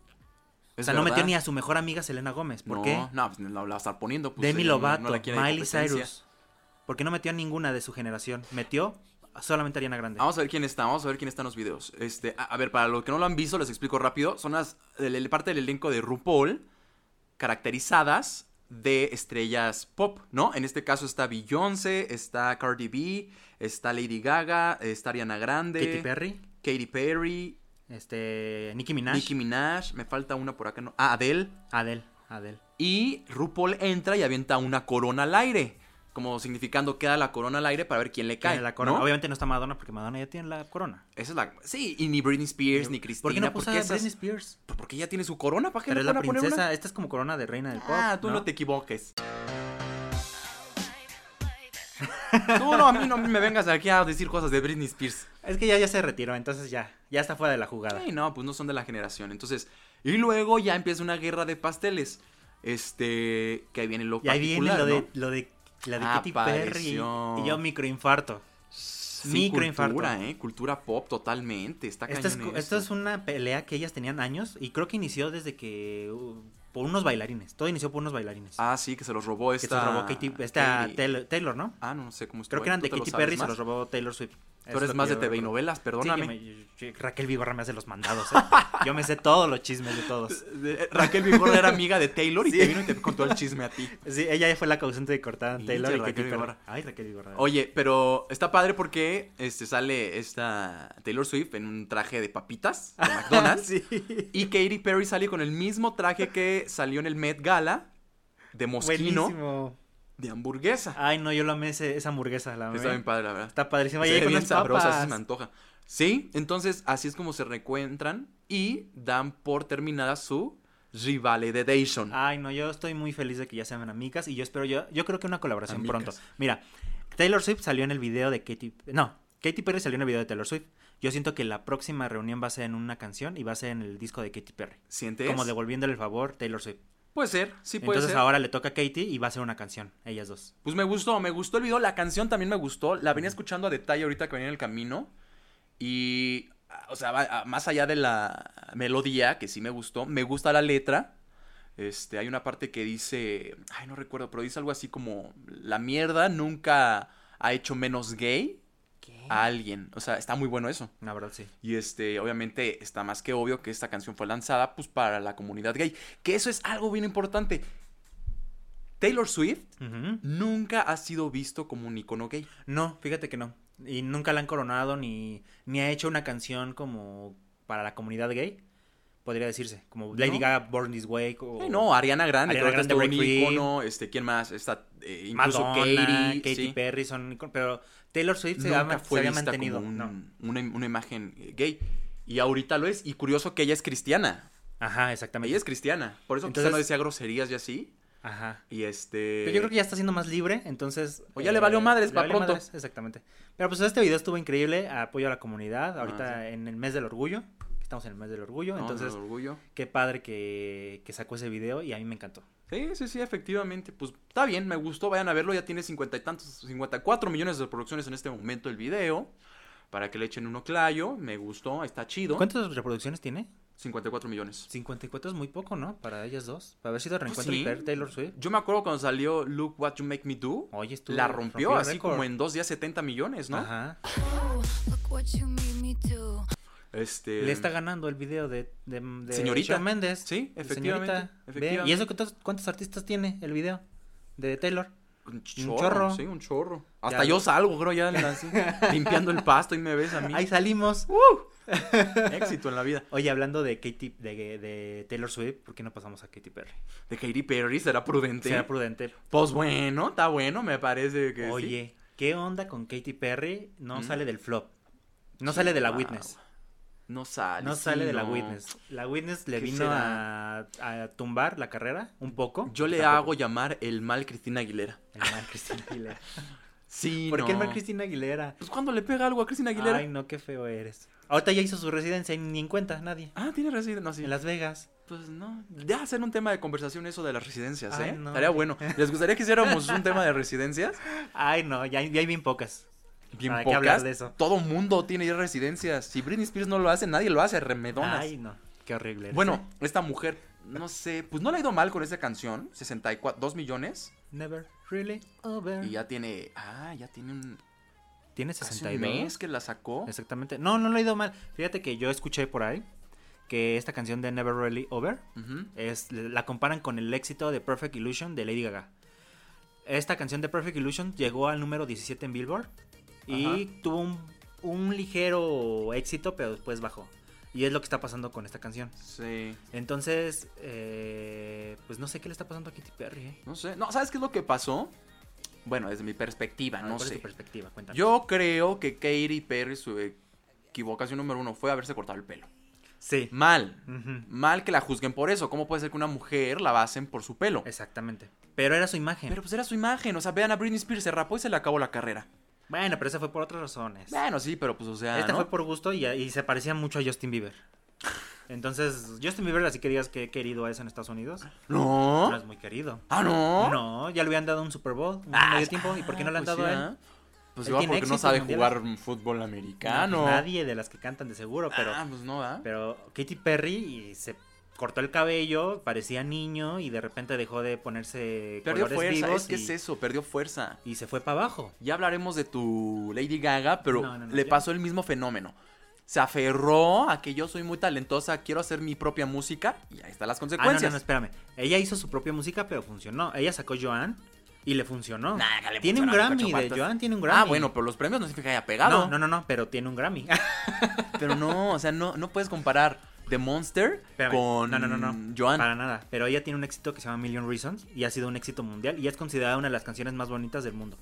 S1: Es
S2: sea, no
S1: verdad.
S2: metió ni a su mejor amiga Selena Gómez. ¿Por
S1: no,
S2: qué?
S1: No, pues la, la va a estar poniendo. Pues,
S2: Demi
S1: ella no- no
S2: Lovato,
S1: la quiere de
S2: Miley
S1: competencia.
S2: Cyrus. Porque no metió a ninguna de su generación. Metió solamente a Ariana Grande.
S1: Este, Vamos a ver quién está, vamos a ver quién está en los videos. Este, a, a ver, para los que no lo han visto, les explico rápido. Son las el- el- parte del elenco de RuPaul caracterizadas de estrellas pop, ¿no? En este caso está Beyoncé, está Cardi B, está Lady Gaga, está Ariana Grande,
S2: Katy Perry,
S1: Katy Perry,
S2: este, Nicki Minaj,
S1: Nicki Minaj, me falta una por acá, ¿no? Ah, Adele.
S2: Adele, Adele.
S1: Y RuPaul entra y avienta una corona al aire, como significando queda la corona al aire para ver quién le cae.
S2: Tiene la corona.
S1: ¿no?
S2: Obviamente no está Madonna porque Madonna ya tiene la corona.
S1: Esa es la. Sí, y ni Britney Spears, ni Cristina.
S2: ¿Por qué no puso a
S1: porque esas-
S2: Britney Spears?
S1: Pues porque ella tiene su corona, ¿para qué le
S2: Pero es la
S1: van a poner
S2: princesa,
S1: una?
S2: esta es como corona de reina del pop.
S1: Ah, tú no, te equivoques. Tú no, a mí no me vengas aquí a decir cosas de Britney Spears.
S2: Es que ya, ya se retiró, entonces ya, ya está fuera de la jugada.
S1: Ay, no, pues no son de la generación. Entonces, y luego ya empieza una guerra de pasteles. Este, que ahí viene lo
S2: y ahí viene
S1: particular,
S2: lo de,
S1: ¿no?
S2: lo de la de Katy Perry
S1: Apareció.
S2: y yo microinfarto.
S1: Sí,
S2: microinfarto.
S1: cultura, ¿eh? Cultura pop totalmente. Está
S2: Esta es,
S1: cañón
S2: cu- esta
S1: eso.
S2: es una pelea que ellas tenían años y creo que inició desde que uh, por unos bailarines. Todo inició por unos bailarines.
S1: Ah, sí, que se los robó
S2: que
S1: esta...
S2: se los robó Katy, esta
S1: Katy.
S2: Taylor, Taylor, ¿no?
S1: Ah, no, no sé cómo estuvo.
S2: Creo que eran
S1: ¿Tú
S2: de
S1: te lo
S2: Katy
S1: sabes
S2: Perry y se
S1: más?
S2: los robó Taylor Swift.
S1: Tú eres más de TV y novelas, perdóname.
S2: Raquel Vigorra me hace los mandados. ¿eh? Yo me sé todos los chismes de todos.
S1: Eh, Raquel Vigorra era amiga de Taylor y te vino y te contó el chisme a ti.
S2: Sí, ella fue la causante de cortar a
S1: Pinche
S2: Taylor y
S1: Raquel
S2: Katy Perry.
S1: Vigorra.
S2: Ay, Raquel Vigorra.
S1: Oye, pero está padre porque este, sale esta Taylor Swift en un traje de papitas de McDonald's.
S2: sí.
S1: Y Katy Perry sale con el mismo traje que salió en el Met Gala de mosquino
S2: Buenísimo.
S1: de hamburguesa.
S2: Ay, no, yo lo amé ese- esa hamburguesa, la amé.
S1: está bien padre, la verdad.
S2: Ah, Está padrísima.
S1: Se
S2: Y
S1: ve
S2: ella con
S1: bien
S2: unas
S1: sabrosa, sí
S2: papas.
S1: se me antoja. Sí, entonces así es como se reencuentran y dan por terminada su rivalidation.
S2: Ay, no, yo estoy muy feliz de que ya sean amigas y yo espero, yo, yo creo que una colaboración
S1: Amigas.
S2: pronto. Mira, Taylor Swift salió en el video de Katy, no, Katy Perry salió en el video de Taylor Swift. Yo siento que la próxima reunión va a ser en una canción y va a ser en el disco de Katy Perry.
S1: ¿Sientes?
S2: Como devolviéndole el favor Taylor Swift.
S1: Puede ser, sí puede
S2: Entonces
S1: ser.
S2: ahora le toca a Katy y va a ser una canción, ellas dos.
S1: Pues me gustó, me gustó el video, la canción también me gustó, la venía escuchando a detalle ahorita que venía en el camino y, ah, o sea, va- ah, más allá de la melodía, que sí me gustó, me gusta la letra, este, hay una parte que dice, ay, no recuerdo, pero dice algo así como, la mierda nunca ha hecho menos gay a alguien, o sea, está muy bueno eso.
S2: La verdad, sí.
S1: Y este, obviamente está más que obvio que esta canción fue lanzada pues para la comunidad gay, que eso es algo bien importante. Taylor Swift
S2: Ujú.
S1: nunca ha sido visto como un icono gay.
S2: No, fíjate que no. Y nunca la han coronado ni, ni ha hecho una canción como para la comunidad gay, podría decirse. Como Lady
S1: No.
S2: Gaga, Born This Way. O...
S1: Ay, no, Ariana Grande,
S2: Ariana
S1: creo que es
S2: Grande,
S1: todo
S2: Britney
S1: un
S2: Spears.
S1: icono. Este, ¿quién más? Está eh, incluso
S2: Madonna,
S1: Katy,
S2: Katy,
S1: sí.
S2: Perry son icon- pero Taylor Swift se,
S1: Nunca
S2: ha- se
S1: fue
S2: había
S1: vista
S2: mantenido.
S1: como un-
S2: no.
S1: una, una imagen eh, gay. Y ahorita lo es. Y curioso que ella es cristiana.
S2: Ajá, exactamente.
S1: Ella es cristiana. Por eso quizá
S2: Entonces-
S1: no decía groserías y así.
S2: Ajá.
S1: Y este.
S2: Pero yo creo que ya está siendo más libre, entonces. eh,
S1: O ya le valió madres,
S2: le
S1: pa'
S2: valió
S1: pronto.
S2: exactamente. Pero pues este video estuvo increíble. Apoyo a la comunidad. Ahorita
S1: Ah,
S2: en el mes del orgullo. Estamos en el mes del orgullo.
S1: No,
S2: entonces,
S1: no, orgullo.
S2: qué padre que, que sacó ese video y a mí me encantó.
S1: Sí, sí, sí, efectivamente. Pues está bien, me gustó. Vayan a verlo. Ya tiene cincuenta y tantos, 54 millones de reproducciones en este momento el video. Para que le echen uno clayo. Me gustó, está chido.
S2: ¿Cuántas reproducciones tiene?
S1: 54 millones.
S2: 54 es muy poco, ¿no? Para ellas dos. Para haber sido reencuentro
S1: Pues sí.
S2: y ver Taylor Swift.
S1: Yo me acuerdo cuando salió Look What You Make Me Do.
S2: Oye, estuvo.
S1: La rompió,
S2: el
S1: así
S2: récord.
S1: como en dos días 70 millones, ¿no?
S2: Ajá.
S3: Oh, look what you made me do.
S1: Este.
S2: Le está ganando el video de, de, de
S1: Señorita.
S2: Shawn Mendes.
S1: Sí,
S2: De
S1: efectivamente,
S2: Señorita. Ve,
S1: efectivamente.
S2: ¿Y eso cuántos, cuántos artistas tiene el video de Taylor?
S1: Un chorro,
S2: chorro.
S1: Sí, un chorro. Hasta
S2: Ya.
S1: yo salgo, creo, ya en la- así, limpiando el pasto y me ves a mí. Uh.
S2: Ahí salimos.
S1: Éxito en la vida.
S2: Oye, hablando de, Katy, de, de Taylor Swift, ¿por qué no pasamos a Katy Perry?
S1: De Katy Perry será prudente.
S2: Será prudente.
S1: Pues bueno, está bueno, me parece que. sí.
S2: Oye, ¿qué onda con Katy Perry? No
S1: ¿Mm?
S2: sale del flop. No sale de la
S1: Wow.
S2: Witness.
S1: No sale.
S2: No
S1: Ah, sí,
S2: sale de la
S1: no.
S2: Witness. La Witness le
S1: ¿Qué
S2: vino a, a tumbar la carrera un poco.
S1: Yo le
S2: Tampoco.
S1: hago llamar el mal Cristina Aguilera.
S2: El mal Cristina Aguilera.
S1: Sí,
S2: ¿Por qué el
S1: no.
S2: mal Cristina Aguilera?
S1: Pues cuando le pega algo a Cristina Aguilera.
S2: Ay, no, qué feo eres. Ahorita ya hizo su residencia y ni en cuenta nadie.
S1: Ah, tiene residencia. No, sí.
S2: En Las Vegas.
S1: Pues no. Ya hacer un tema de conversación eso de las residencias,
S2: Ay,
S1: ¿eh?
S2: no.
S1: Estaría bueno. ¿Les gustaría que hiciéramos un tema de residencias?
S2: Ay, no, ya, hay- ya hay bien pocas.
S1: Bien
S2: Ah, Hay que
S1: pocas.
S2: hablar de eso.
S1: Todo mundo tiene ya residencias. Si Britney Spears no lo hace, nadie lo hace. Remedonas.
S2: Ay, no, qué horrible. eres, ¿eh?
S1: bueno, esta mujer, no sé, pues no le ha ido mal con esa canción. 64, 2 millones.
S2: Never really over.
S1: Y ya tiene. Ah, ya tiene un.
S2: Tiene
S1: casi
S2: 62.
S1: un mes que la sacó.
S2: Exactamente. No, no lo he ido mal. Fíjate que yo escuché por ahí que esta canción de Never Really Over
S1: Ujú.
S2: es, la comparan con el éxito de Perfect Illusion de Lady Gaga. Esta canción de Perfect Illusion llegó al número 17 en Billboard y tuvo un, un ligero éxito, pero después bajó. Y es lo que está pasando con esta canción.
S1: Sí.
S2: Entonces, eh, pues no sé qué le está pasando a Katy Perry. ¿eh?
S1: No sé. No, ¿sabes qué es lo que pasó? Bueno, desde mi perspectiva,
S2: A ver,
S1: no
S2: ¿cuál es
S1: sé.
S2: tu perspectiva? Cuéntame.
S1: Yo creo que Katy Perry, su equivocación número uno fue haberse cortado el pelo.
S2: Sí.
S1: Mal.
S2: Ujú.
S1: Mal que la juzguen por eso. ¿Cómo puede ser que una mujer la basen por su pelo?
S2: Exactamente. Pero era su imagen.
S1: Pero pues era su imagen. O sea, vean a Britney Spears, se rapó y se le acabó la carrera.
S2: Bueno, pero esa fue por otras razones.
S1: Bueno, sí, pero pues, o sea,
S2: Esta
S1: ¿no?
S2: fue por gusto y, y se parecía mucho a Justin Bieber. Entonces, Justin Bieber, así que digas que querido es en Estados Unidos,
S1: ¿No?
S2: no es muy querido.
S1: ¿Ah, no? Ah,
S2: No, ya le habían dado un Super Bowl, un medio tiempo, ¿y por qué no le han
S1: pues
S2: dado a
S1: sí,
S2: él?
S1: ¿ah? Pues
S2: Él
S1: igual
S2: tiene
S1: porque no
S2: éxitos
S1: sabe
S2: mundiales.
S1: jugar fútbol
S2: No,
S1: americano.
S2: pues nadie de las que cantan de seguro, pero,
S1: Ah, pues no, ¿verdad?
S2: pero Katy Perry y se cortó el cabello, parecía niño y de repente dejó de ponerse
S1: Perdió
S2: colores
S1: fuerza,
S2: vivos
S1: es que
S2: y,
S1: es eso, perdió fuerza.
S2: y se fue para abajo. Ah,
S1: Ya hablaremos de tu Lady Gaga, pero
S2: No, no, no,
S1: le
S2: ya.
S1: pasó el mismo fenómeno. Se aferró a que yo soy muy talentosa, quiero hacer mi propia música y ahí están las
S2: Ah, no,
S1: consecuencias.
S2: no, no, espérame. Ella hizo su propia música, pero funcionó. Ella sacó Joan y le funcionó.
S1: Nah, pues, que le
S2: tiene un
S1: funcionaron,
S2: Grammy de
S1: cachopatas.
S2: Joan, tiene un Grammy.
S1: ah, bueno, pero los premios no significa que haya pegado.
S2: No, no, no, no, pero tiene un Grammy.
S1: Pero no, o sea, no, no puedes comparar The Monster
S2: Espérame.
S1: con
S2: No, no, no, no.
S1: Joan.
S2: Para nada. Pero ella tiene un éxito que se llama Million Reasons y ha sido un éxito mundial y es considerada una de las canciones más bonitas del mundo.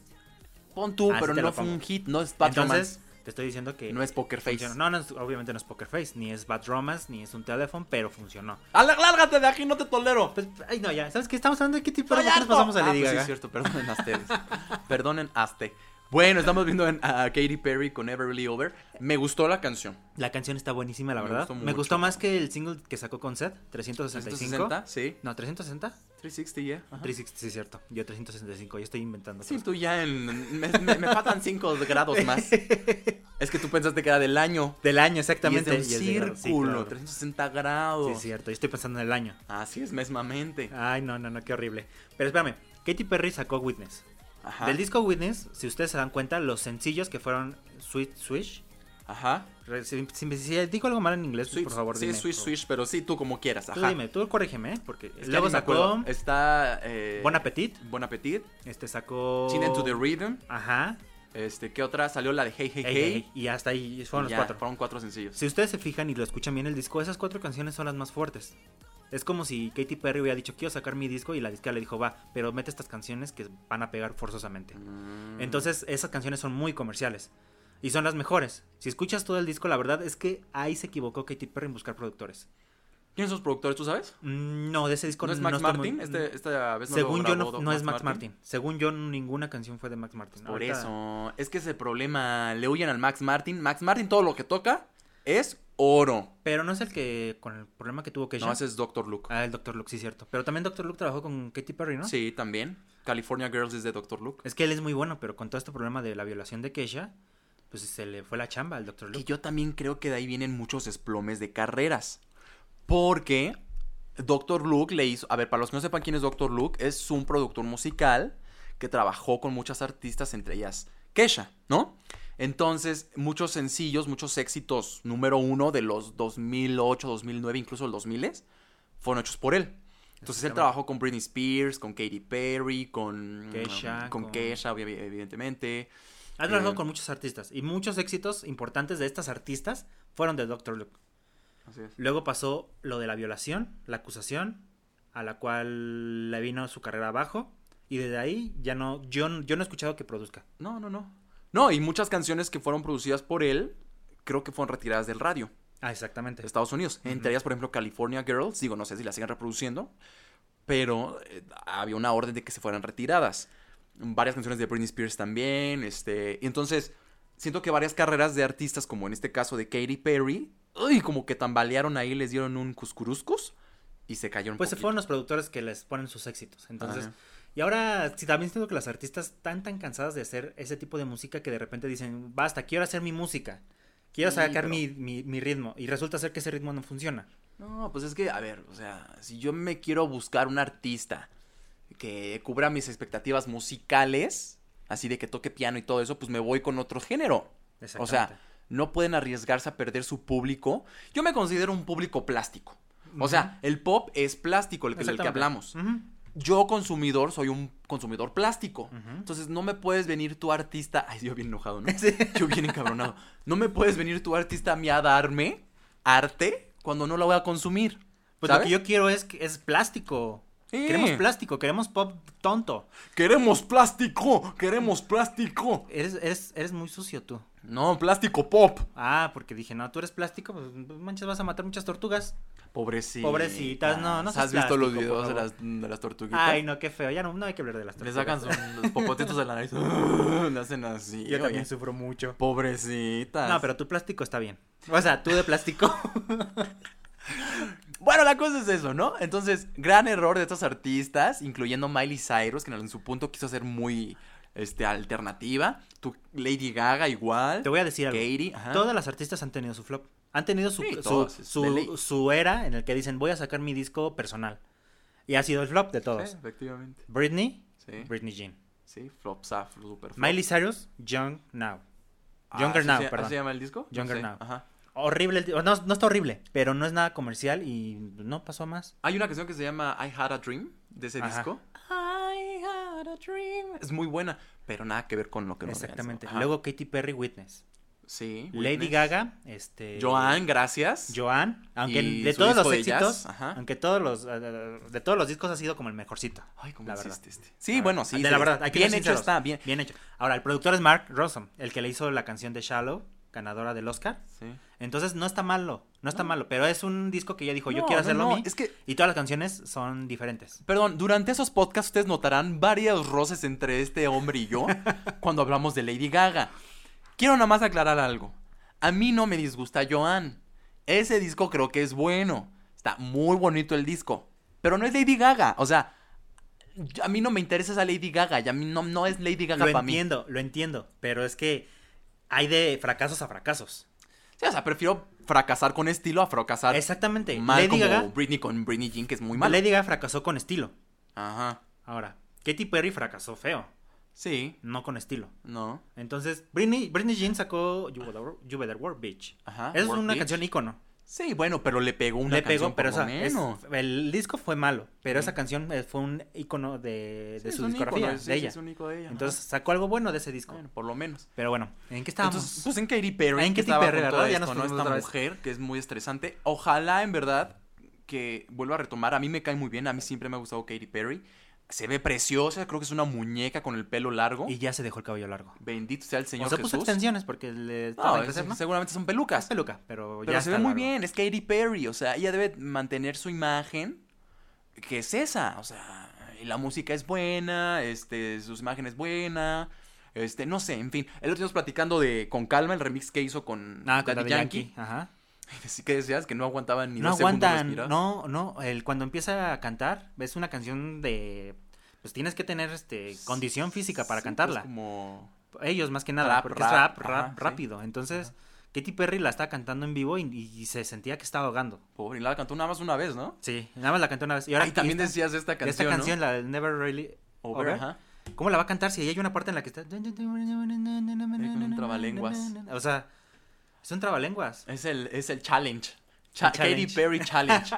S1: Pon tú,
S2: Así
S1: pero
S2: Ah, te
S1: no
S2: lo
S1: fue
S2: pongo.
S1: un hit, no es Patrón.
S2: Entonces, te estoy diciendo que
S1: No es Poker Face.
S2: funcionó. No, no, es- obviamente no es Poker Face, ni es Bad Romance, ni es un teléfono, pero funcionó.
S1: ¡Ala- ¡Lárgate de aquí, no te tolero!
S2: Pues, ay, no, ya, ¿sabes qué? Estamos hablando de qué tipo
S1: Estoy
S2: de
S1: harto.
S2: pasamos a ¿eh?
S1: Ah,
S2: Lady
S1: pues sí,
S2: Gaga.
S1: es cierto, perdonen a ustedes. perdonen a usted. Bueno, estamos viendo en- a Katy Perry con Never Really Over. Me gustó la canción.
S2: La canción está buenísima, la
S1: Me
S2: verdad.
S1: gustó
S2: Me gustó,
S1: mucho.
S2: más que el single que sacó con Seth, 365.
S1: 360, sí.
S2: No, 360.
S1: 360, ya. ajá.
S2: 360, sí, cierto. Yo 365, yo estoy inventando.
S1: Sí,
S2: cosas.
S1: tú ya en. Me, me- me faltan 5 grados más. Es que tú pensaste que era del año.
S2: Del año,
S1: Y es
S2: exactamente.
S1: de un
S2: y es de grado,
S1: círculo,
S2: sí, claro.
S1: 360 grados.
S2: Sí, Ah, es cierto. Yo estoy pensando en el año.
S1: Así es, mesmamente.
S2: Ay, no, no, no, qué horrible. Pero espérame, Katy Perry sacó Witness.
S1: Ajá.
S2: Del disco Witness, si ustedes se dan cuenta, los sencillos que fueron Sweet Swish.
S1: Ajá.
S2: re- Si, si- si digo algo mal en inglés,
S1: Swish,
S2: por favor,
S1: sí,
S2: dime.
S1: Swish,
S2: por-
S1: Swish, pero sí, tú como quieras.
S2: Tú
S1: Ajá.
S2: dime, tú corrígeme, ¿eh? porque
S1: Es que
S2: luego
S1: ni me
S2: sacó
S1: acuerdo. Está. eh,
S2: Bon Appetit,
S1: Bon Appetit.
S2: este sacó...
S1: Tune Into the Rhythm.
S2: Ajá,
S1: Este, ¿qué otra? Salió la de Hey Hey Hey.
S2: Ey, ey, y hasta ahí
S1: y
S2: fueron los
S1: ya,
S2: cuatro.
S1: Fueron cuatro sencillos.
S2: Si ustedes se fijan y lo escuchan bien el disco, esas cuatro canciones son las más fuertes. Es como si Katy Perry hubiera dicho, quiero sacar mi disco, y la disquera le dijo, va, pero mete estas canciones que van a pegar forzosamente.
S1: Mm.
S2: Entonces, esas canciones son muy comerciales. Y son las mejores. Si escuchas todo el disco, la verdad es que ahí se equivocó Katy Perry en buscar productores.
S1: ¿Quiénes son los productores, tú sabes?
S2: Mm, No, de ese disco
S1: ¿No es Max
S2: estoy muy-
S1: Martin? Este, esta vez no
S2: Según
S1: lo
S2: yo,
S1: grabó
S2: no,
S1: Do-
S2: no es Max Martin. Según yo, ninguna canción fue de Max Martin.
S1: Por
S2: Ahorita-
S1: eso. Es que ese problema. Le huyen al Max Martin. Max Martin, todo lo que toca es oro.
S2: Pero no es el que, con el problema que tuvo que
S1: No, ese es Dr. Luke.
S2: Ah, el Dr. Luke, sí, cierto. Pero también Dr. Luke trabajó con Katy Perry, ¿no?
S1: Sí, también. California Girls es de Dr. Luke.
S2: Es que él es muy bueno, pero con todo este problema de la violación de Keisha, pues se le fue la chamba al Dr.
S1: Que
S2: Luke.
S1: yo también creo que de ahí vienen muchos esplomes de carreras. Porque Dr. Luke le hizo. A ver, para los que no sepan quién es Dr. Luke, es un productor musical que trabajó con muchas artistas, entre ellas Kesha, ¿no? Entonces, muchos sencillos, muchos éxitos número uno de los 2008, 2009, incluso el 2000 fueron hechos por él. Entonces, él
S2: Exactamente.
S1: trabajó con Britney Spears, con Katy Perry, con
S2: Kesha,
S1: con
S2: con-
S1: Kesha obvi- evidentemente.
S2: Ha trabajado
S1: Eh,
S2: con muchos artistas y muchos éxitos importantes de estas artistas fueron de Dr. Luke.
S1: Así es.
S2: Luego pasó lo de la violación, la acusación, a la cual le vino su carrera abajo. Y desde ahí ya no, yo, no- yo no he escuchado que produzca.
S1: No, no, no. No, y muchas canciones que fueron producidas por él, creo que fueron retiradas del radio.
S2: Ah, exactamente.
S1: de Estados Unidos.
S2: Ujú.
S1: Entre ellas, por ejemplo, California Girls. Digo, no sé si la siguen reproduciendo, pero eh, había una orden de que se fueran retiradas. Varias canciones de Britney Spears también. Este, y entonces, siento que varias carreras de artistas, como en este caso de Katy Perry, uy, como que tambalearon ahí, les dieron un cuscuruscus y se cayeron.
S2: Pues se
S1: poquito.
S2: fueron los productores que les ponen sus éxitos. Entonces,
S1: Ajá.
S2: y ahora sí también siento que las artistas están tan cansadas de hacer ese tipo de música que de repente dicen, basta, quiero hacer mi música. Quiero
S1: Sí,
S2: sacar
S1: pero-
S2: mi, mi- mi ritmo. Y resulta ser que ese ritmo no funciona.
S1: No, pues es que, a ver, o sea, si yo me quiero buscar un artista que cubra mis expectativas musicales, así de que toque piano y todo eso, pues me voy con otro género. O sea,
S2: Exactamente.
S1: no pueden arriesgarse a perder su público. Yo me considero un público plástico. O sea, el pop es plástico, el que, del que
S2: Exactamente.
S1: hablamos.
S2: Ujú.
S1: Yo, consumidor, soy un consumidor plástico.
S2: Ujú.
S1: Entonces, no me puedes venir tu artista. Ay, yo bien enojado, ¿no? Yo bien encabronado. No me puedes venir tu artista a mí a darme arte cuando no la voy a consumir.
S2: Pues
S1: ¿sabes?
S2: lo que yo quiero es, que- es plástico.
S1: Sí.
S2: Queremos plástico, queremos pop tonto.
S1: Queremos plástico, queremos plástico.
S2: Eres, eres, eres muy sucio tú.
S1: No, plástico pop.
S2: Ah, porque dije, no, tú eres plástico, pues manches, vas a matar muchas tortugas.
S1: Pobrecitas.
S2: Pobrecitas, no, no seas
S1: ¿Has visto los
S2: plástico,
S1: videos
S2: por
S1: de
S2: favor.
S1: las, de las tortuguitas?
S2: Ay, no, qué feo, ya no, no hay que hablar de las
S1: Le sacan
S2: tortugas.
S1: su- los popotitos de la nariz. Le hacen así.
S2: Yo también
S1: oye.
S2: sufro mucho.
S1: Pobrecitas.
S2: No, pero tu plástico está bien. O sea, tú de plástico.
S1: Bueno, la cosa es eso, ¿no? Entonces, gran error de estos artistas, incluyendo Miley Cyrus, que en su punto quiso ser muy este, alternativa. Tu Lady Gaga igual.
S2: Te voy a decir algo.
S1: Katy. ajá.
S2: Todas las artistas han tenido su flop. Han tenido su,
S1: Sí,
S2: su-
S1: todas,
S2: su,
S1: es de ley.
S2: su era en el que dicen, voy a sacar mi disco personal. Y ha sido el flop de todos.
S1: Sí, efectivamente.
S2: Britney,
S1: Sí,
S2: Britney Jean.
S1: sí, flop, saf, super flop.
S2: Miley Cyrus, Young Now.
S1: Ah,
S2: Younger
S1: ¿sí
S2: Now,
S1: se- ¿así
S2: perdón.
S1: se llama el disco? No
S2: Younger
S1: sé,
S2: Now.
S1: Ajá.
S2: Horrible, el di- no, no está horrible, pero no es nada comercial y no pasó a más.
S1: Hay una canción que se llama I Had a Dream de ese
S2: Ajá.
S1: disco. I Had a Dream. Es muy buena, pero nada que ver con lo que nos
S2: Exactamente.
S1: Ajá.
S2: Luego Katy Perry, Witness.
S1: Sí.
S2: Lady
S1: Witness.
S2: Gaga, este...
S1: Joan, gracias.
S2: Joan, aunque
S1: Y
S2: de
S1: su
S2: todos
S1: disco
S2: los
S1: de
S2: éxitos,
S1: jazz, ajá.
S2: aunque todos los, eh, de todos los discos ha sido como el mejorcito.
S1: Ay, cómo
S2: la verdad.
S1: insististe. Sí, bueno, sí.
S2: De
S1: sí,
S2: la verdad, hay que
S1: bien
S2: ser
S1: hecho
S2: sinceros.
S1: está, bien.
S2: Bien hecho. Ahora, el productor es Mark Rossum, el que le hizo la canción de Shallow, ganadora del Oscar.
S1: Sí.
S2: Entonces, no está malo, no está malo, pero es un disco que ella dijo, yo
S1: No,
S2: quiero
S1: no,
S2: hacerlo a
S1: no,
S2: mí.
S1: Es que,
S2: Y todas las canciones son diferentes.
S1: perdón, durante esos podcasts ustedes notarán varios roces entre este hombre y yo cuando hablamos de Lady Gaga. Quiero nada más aclarar algo. A mí no me disgusta Joan. Ese disco creo que es bueno. Está muy bonito el disco. Pero no es Lady Gaga. O sea, yo- a mí no me interesa esa Lady Gaga. Y a mí no, no es Lady Gaga
S2: Lo
S1: para mí.
S2: entiendo, lo entiendo, pero es que hay de fracasos a fracasos.
S1: Sí, o sea, prefiero fracasar con estilo a fracasar
S2: Exactamente.
S1: Ah, mal
S2: Lady
S1: como
S2: Gaga,
S1: Britney con Britney Jean, que es muy mal.
S2: Lady Gaga fracasó con estilo.
S1: Ajá.
S2: Ahora, Katy Perry fracasó feo,
S1: Sí,
S2: no con estilo.
S1: no.
S2: Entonces, Britney, Britney Jean sacó You Better, You Better Work, Bitch.
S1: Ajá.
S2: Esa es
S1: Work
S2: una
S1: Ah, Bitch.
S2: canción ícono.
S1: Sí, bueno, pero le pegó una
S2: Le
S1: canción
S2: pegó, pero
S1: por lo
S2: esa, es-
S1: menos.
S2: el disco fue malo, pero
S1: Sí.
S2: esa canción eh, fue un ícono de, de
S1: Sí, es
S2: su
S1: un
S2: discografía,
S1: ícono, sí,
S2: de
S1: sí,
S2: ella.
S1: es un ícono de ella, ajá.
S2: Entonces, sacó algo bueno de ese disco.
S1: Bueno, por lo menos.
S2: Pero bueno, ¿en qué estábamos?
S1: Entonces, pues en Katy Perry,
S2: En
S1: que
S2: Katy
S1: estaba
S2: Perry,
S1: con todo
S2: ¿verdad? Ya
S1: esto,
S2: nos
S1: ¿no?
S2: fuimos
S1: Esta
S2: otra vez.
S1: mujer que es muy estresante. Ojalá, en verdad, que vuelva a retomar. A mí me cae muy bien, a mí siempre me ha gustado Katy Perry. Se ve preciosa, creo que es una muñeca con el pelo largo.
S2: y ya se dejó el cabello largo.
S1: Bendito sea el Señor
S2: O sea, pues, puso
S1: Jesús.
S2: extensiones porque le
S1: No,
S2: estaba
S1: es-
S2: creciendo.
S1: seguramente son pelucas.
S2: peluca, pero,
S1: Pero
S2: ya
S1: se ve
S2: está
S1: muy
S2: largo.
S1: bien, es Katy Perry, o sea, ella debe mantener su imagen, que es esa, o sea, y la música es buena, este, sus imagen es buena, este, no sé, en fin. El otro día nos platicando de Con Calma, el remix que hizo con
S2: Ah, con
S1: Daddy
S2: Daddy Yankee. Ajá.
S1: Así que decías que no aguantaban ni
S2: No
S1: dos segundos
S2: aguantan,
S1: respirar.
S2: no, no, el cuando empieza a cantar, es una canción de pues tienes que tener este condición física para
S1: Sí, pues,
S2: cantarla.
S1: como...
S2: Ellos más que nada,
S1: Rap,
S2: porque es
S1: rap,
S2: rap,
S1: ajá,
S2: rap
S1: sí.
S2: rápido. Entonces, Katy Perry la estaba cantando en vivo y, y se sentía que estaba ahogando.
S1: Pobre, y la cantó nada más una vez, ¿no?
S2: Sí, nada más la cantó una vez. Y ahora
S1: Ahí también
S2: esta-
S1: decías esta canción,
S2: esta
S1: ¿no?
S2: canción, la de Never Really
S1: Over,
S2: Over,
S1: ajá.
S2: ¿Cómo la va a cantar si ahí hay una parte en la que está...
S1: un trabalenguas.
S2: O sea, son trabalenguas.
S1: Es el, es el challenge. Cha-
S2: El challenge.
S1: Katy Perry challenge.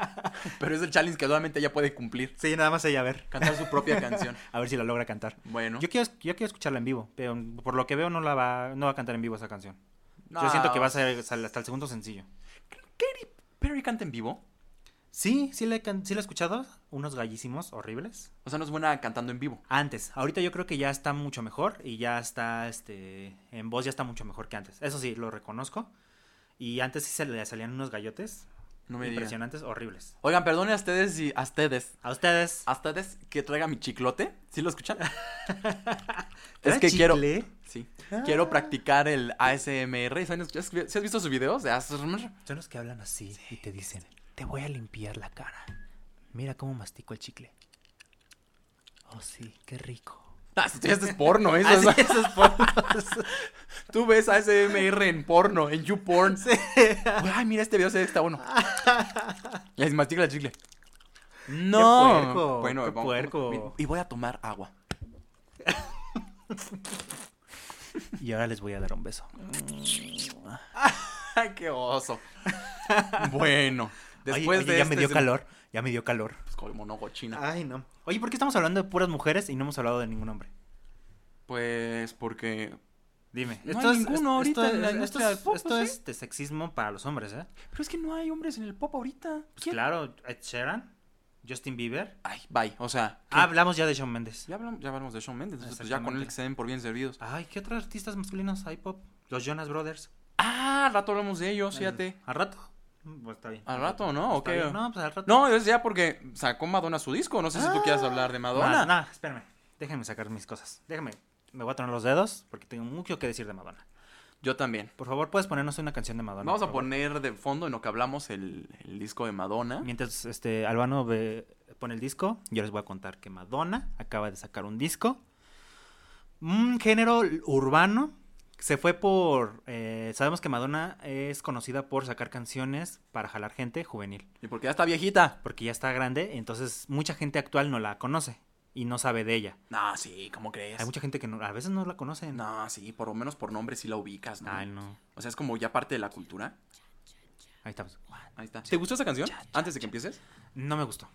S1: Pero es el challenge que solamente ella puede cumplir.
S2: Sí, nada más ella, a ver.
S1: Cantar su propia canción.
S2: A ver si la logra cantar.
S1: Bueno.
S2: Yo, quiero, yo quiero escucharla en vivo, pero por lo que veo no la va, no va a cantar en vivo esa canción.
S1: No,
S2: Yo siento que va a ser hasta el hasta el segundo sencillo.
S1: ah, Katy Perry canta en vivo.
S2: Sí, sí la, he can- sí la he escuchado. Unos gallísimos horribles.
S1: O sea, no es buena cantando en vivo.
S2: Antes, ahorita yo creo que ya está mucho mejor y ya está, este, en voz ya está mucho mejor que antes. Eso sí, lo reconozco. Y antes sí se le salían unos gallotes
S1: No me digas.
S2: impresionantes, horribles.
S1: Oigan, perdone a ustedes si a ustedes.
S2: A ustedes.
S1: A ustedes que traiga mi chiclote. ¿Sí lo escuchan? es
S2: ¿trae
S1: que quiero.
S2: chicle?
S1: Sí.
S2: Ah.
S1: Quiero practicar el ASMR. ¿Saben? ¿Has has visto sus videos Ah, de ASMR?
S2: Son los que hablan así y te dicen, te voy a limpiar la cara. Mira cómo mastico el chicle. Oh, sí, qué rico.
S1: Ah, esto ya es porno, eso.
S2: Así,
S1: es-
S2: esos pornos.
S1: Tú ves ASMR en porno, en YouPorn. Güey, Ay, mira, este video se ve que está bueno. Y así mastica la chicle. No.
S2: puerco,
S1: bueno,
S2: qué
S1: vamos-
S2: puerco.
S1: Y voy a tomar agua.
S2: y ahora les voy a dar un beso.
S1: Ay, qué oso. Bueno, después
S2: Oye, oye,
S1: de
S2: ya
S1: este
S2: me dio
S1: es-
S2: calor, Ah. ya me dio calor.
S1: Pues, como no, cochina.
S2: Ay, no. Oye, ¿por qué estamos hablando de puras mujeres y no hemos hablado de ningún hombre?
S1: Pues porque.
S2: Dime.
S1: No hay ninguno ahorita en la industria del
S2: es,
S1: pop,
S2: esto
S1: ¿sí?
S2: es de sexismo para los hombres, ¿eh?
S1: Pero es que no hay hombres en el pop ahorita.
S2: Pues
S1: ¿Quién?
S2: claro, Ed Sheeran, Justin Bieber.
S1: Ay, bye. O sea. ¿qué?
S2: Ah, hablamos ya de Shawn Mendes.
S1: Ya hablamos, ya hablamos de Shawn Mendes, entonces pues ya con
S2: Exactamente.
S1: él que se den por bien servidos.
S2: Ay, ¿qué otros artistas masculinos hay pop? Los Jonas Brothers.
S1: Ah, al rato hablamos de ellos, fíjate.
S2: ¿Al rato? Mm, Pues está bien.
S1: Al rato, ¿no? ¿O
S2: Está
S1: qué?
S2: bien. No, pues al rato.
S1: No, es ya porque sacó Madonna su disco. No sé si tú quieras hablar de Ah. Madonna.
S2: No, no, espérame. Déjenme sacar mis cosas. Déjenme. Me voy a tronar los dedos porque tengo mucho que decir de Madonna.
S1: Yo también.
S2: Por favor, puedes ponernos una canción de Madonna.
S1: Vamos
S2: por
S1: a
S2: favor?
S1: poner de fondo en lo que hablamos el, el disco de Madonna.
S2: Mientras este Albano ve- pone el disco, yo les voy a contar que Madonna acaba de sacar un disco. Un género urbano. Se fue por. eh, sabemos que Madonna es conocida por sacar canciones para jalar gente juvenil.
S1: Y porque ya está viejita.
S2: Porque ya está grande, entonces mucha gente actual no la conoce y no sabe de ella.
S1: No, sí, ¿cómo crees?
S2: Hay mucha gente que no- a veces no la conoce.
S1: No, sí, por lo menos por nombre sí la ubicas, ¿no?
S2: Ay, no.
S1: O sea, es como ya parte de la cultura.
S2: Ahí estamos.
S1: Ahí está. ¿Te gustó esa canción? Antes de que empieces.
S2: No me gustó.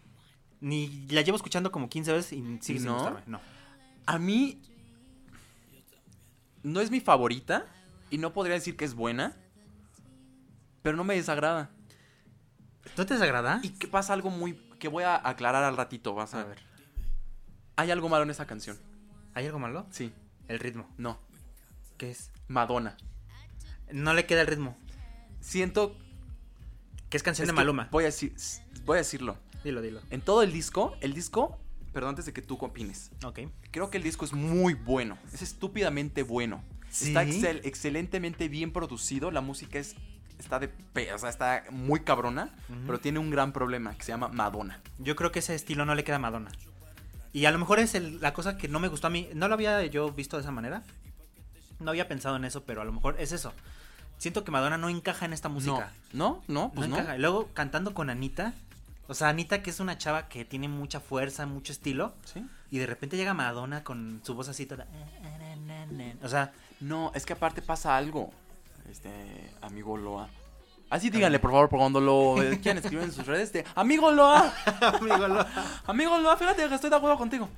S2: Ni la llevo escuchando como 15 veces y sigue sin
S1: ¿No?
S2: gustarme. No.
S1: A mí no es mi favorita y no podría decir que es buena, pero no me desagrada.
S2: ¿No te desagrada?
S1: Y que pasa algo muy que voy a aclarar al ratito, vas a,
S2: A
S1: ver.
S2: ver.
S1: Hay algo malo en esa canción.
S2: ¿Hay algo malo?
S1: Sí,
S2: El ritmo.
S1: no,
S2: ¿Qué es?
S1: Madonna.
S2: No le queda el ritmo.
S1: Siento
S2: Que es canción
S1: es
S2: de
S1: que
S2: Maluma.
S1: Voy a decir voy a decirlo.
S2: Dilo, dilo.
S1: En todo el disco, el disco, perdón antes de que tú opines.
S2: Ok.
S1: Creo que el disco es muy bueno. Es estúpidamente bueno.
S2: ¿Sí?
S1: Está excel- excelentemente bien producido. La música es. Está de. pe- O sea, está muy cabrona.
S2: Ujú.
S1: Pero tiene un gran problema que se llama Madonna.
S2: Yo creo que ese estilo no le queda a Madonna. Y a lo mejor es el- la cosa que no me gustó a mí. No lo había yo visto de esa manera. No había pensado en eso, pero a lo mejor es eso. Siento que Madonna no encaja en esta música.
S1: No, no, no,
S2: No
S1: pues no.
S2: encaja. Y Luego cantando con Anita. O sea, Anita que es una chava que tiene mucha fuerza, mucho estilo.
S1: ¿Sí?
S2: Y de repente llega Madonna con su voz así toda. O sea,
S1: No, es que aparte pasa algo. Este, amigo Loa. Así díganle, por favor, por cuando lo eh, quieran escribir en sus redes. De, amigo Loa,
S2: amigo, lo-
S1: amigo Loa, fíjate que estoy de acuerdo contigo.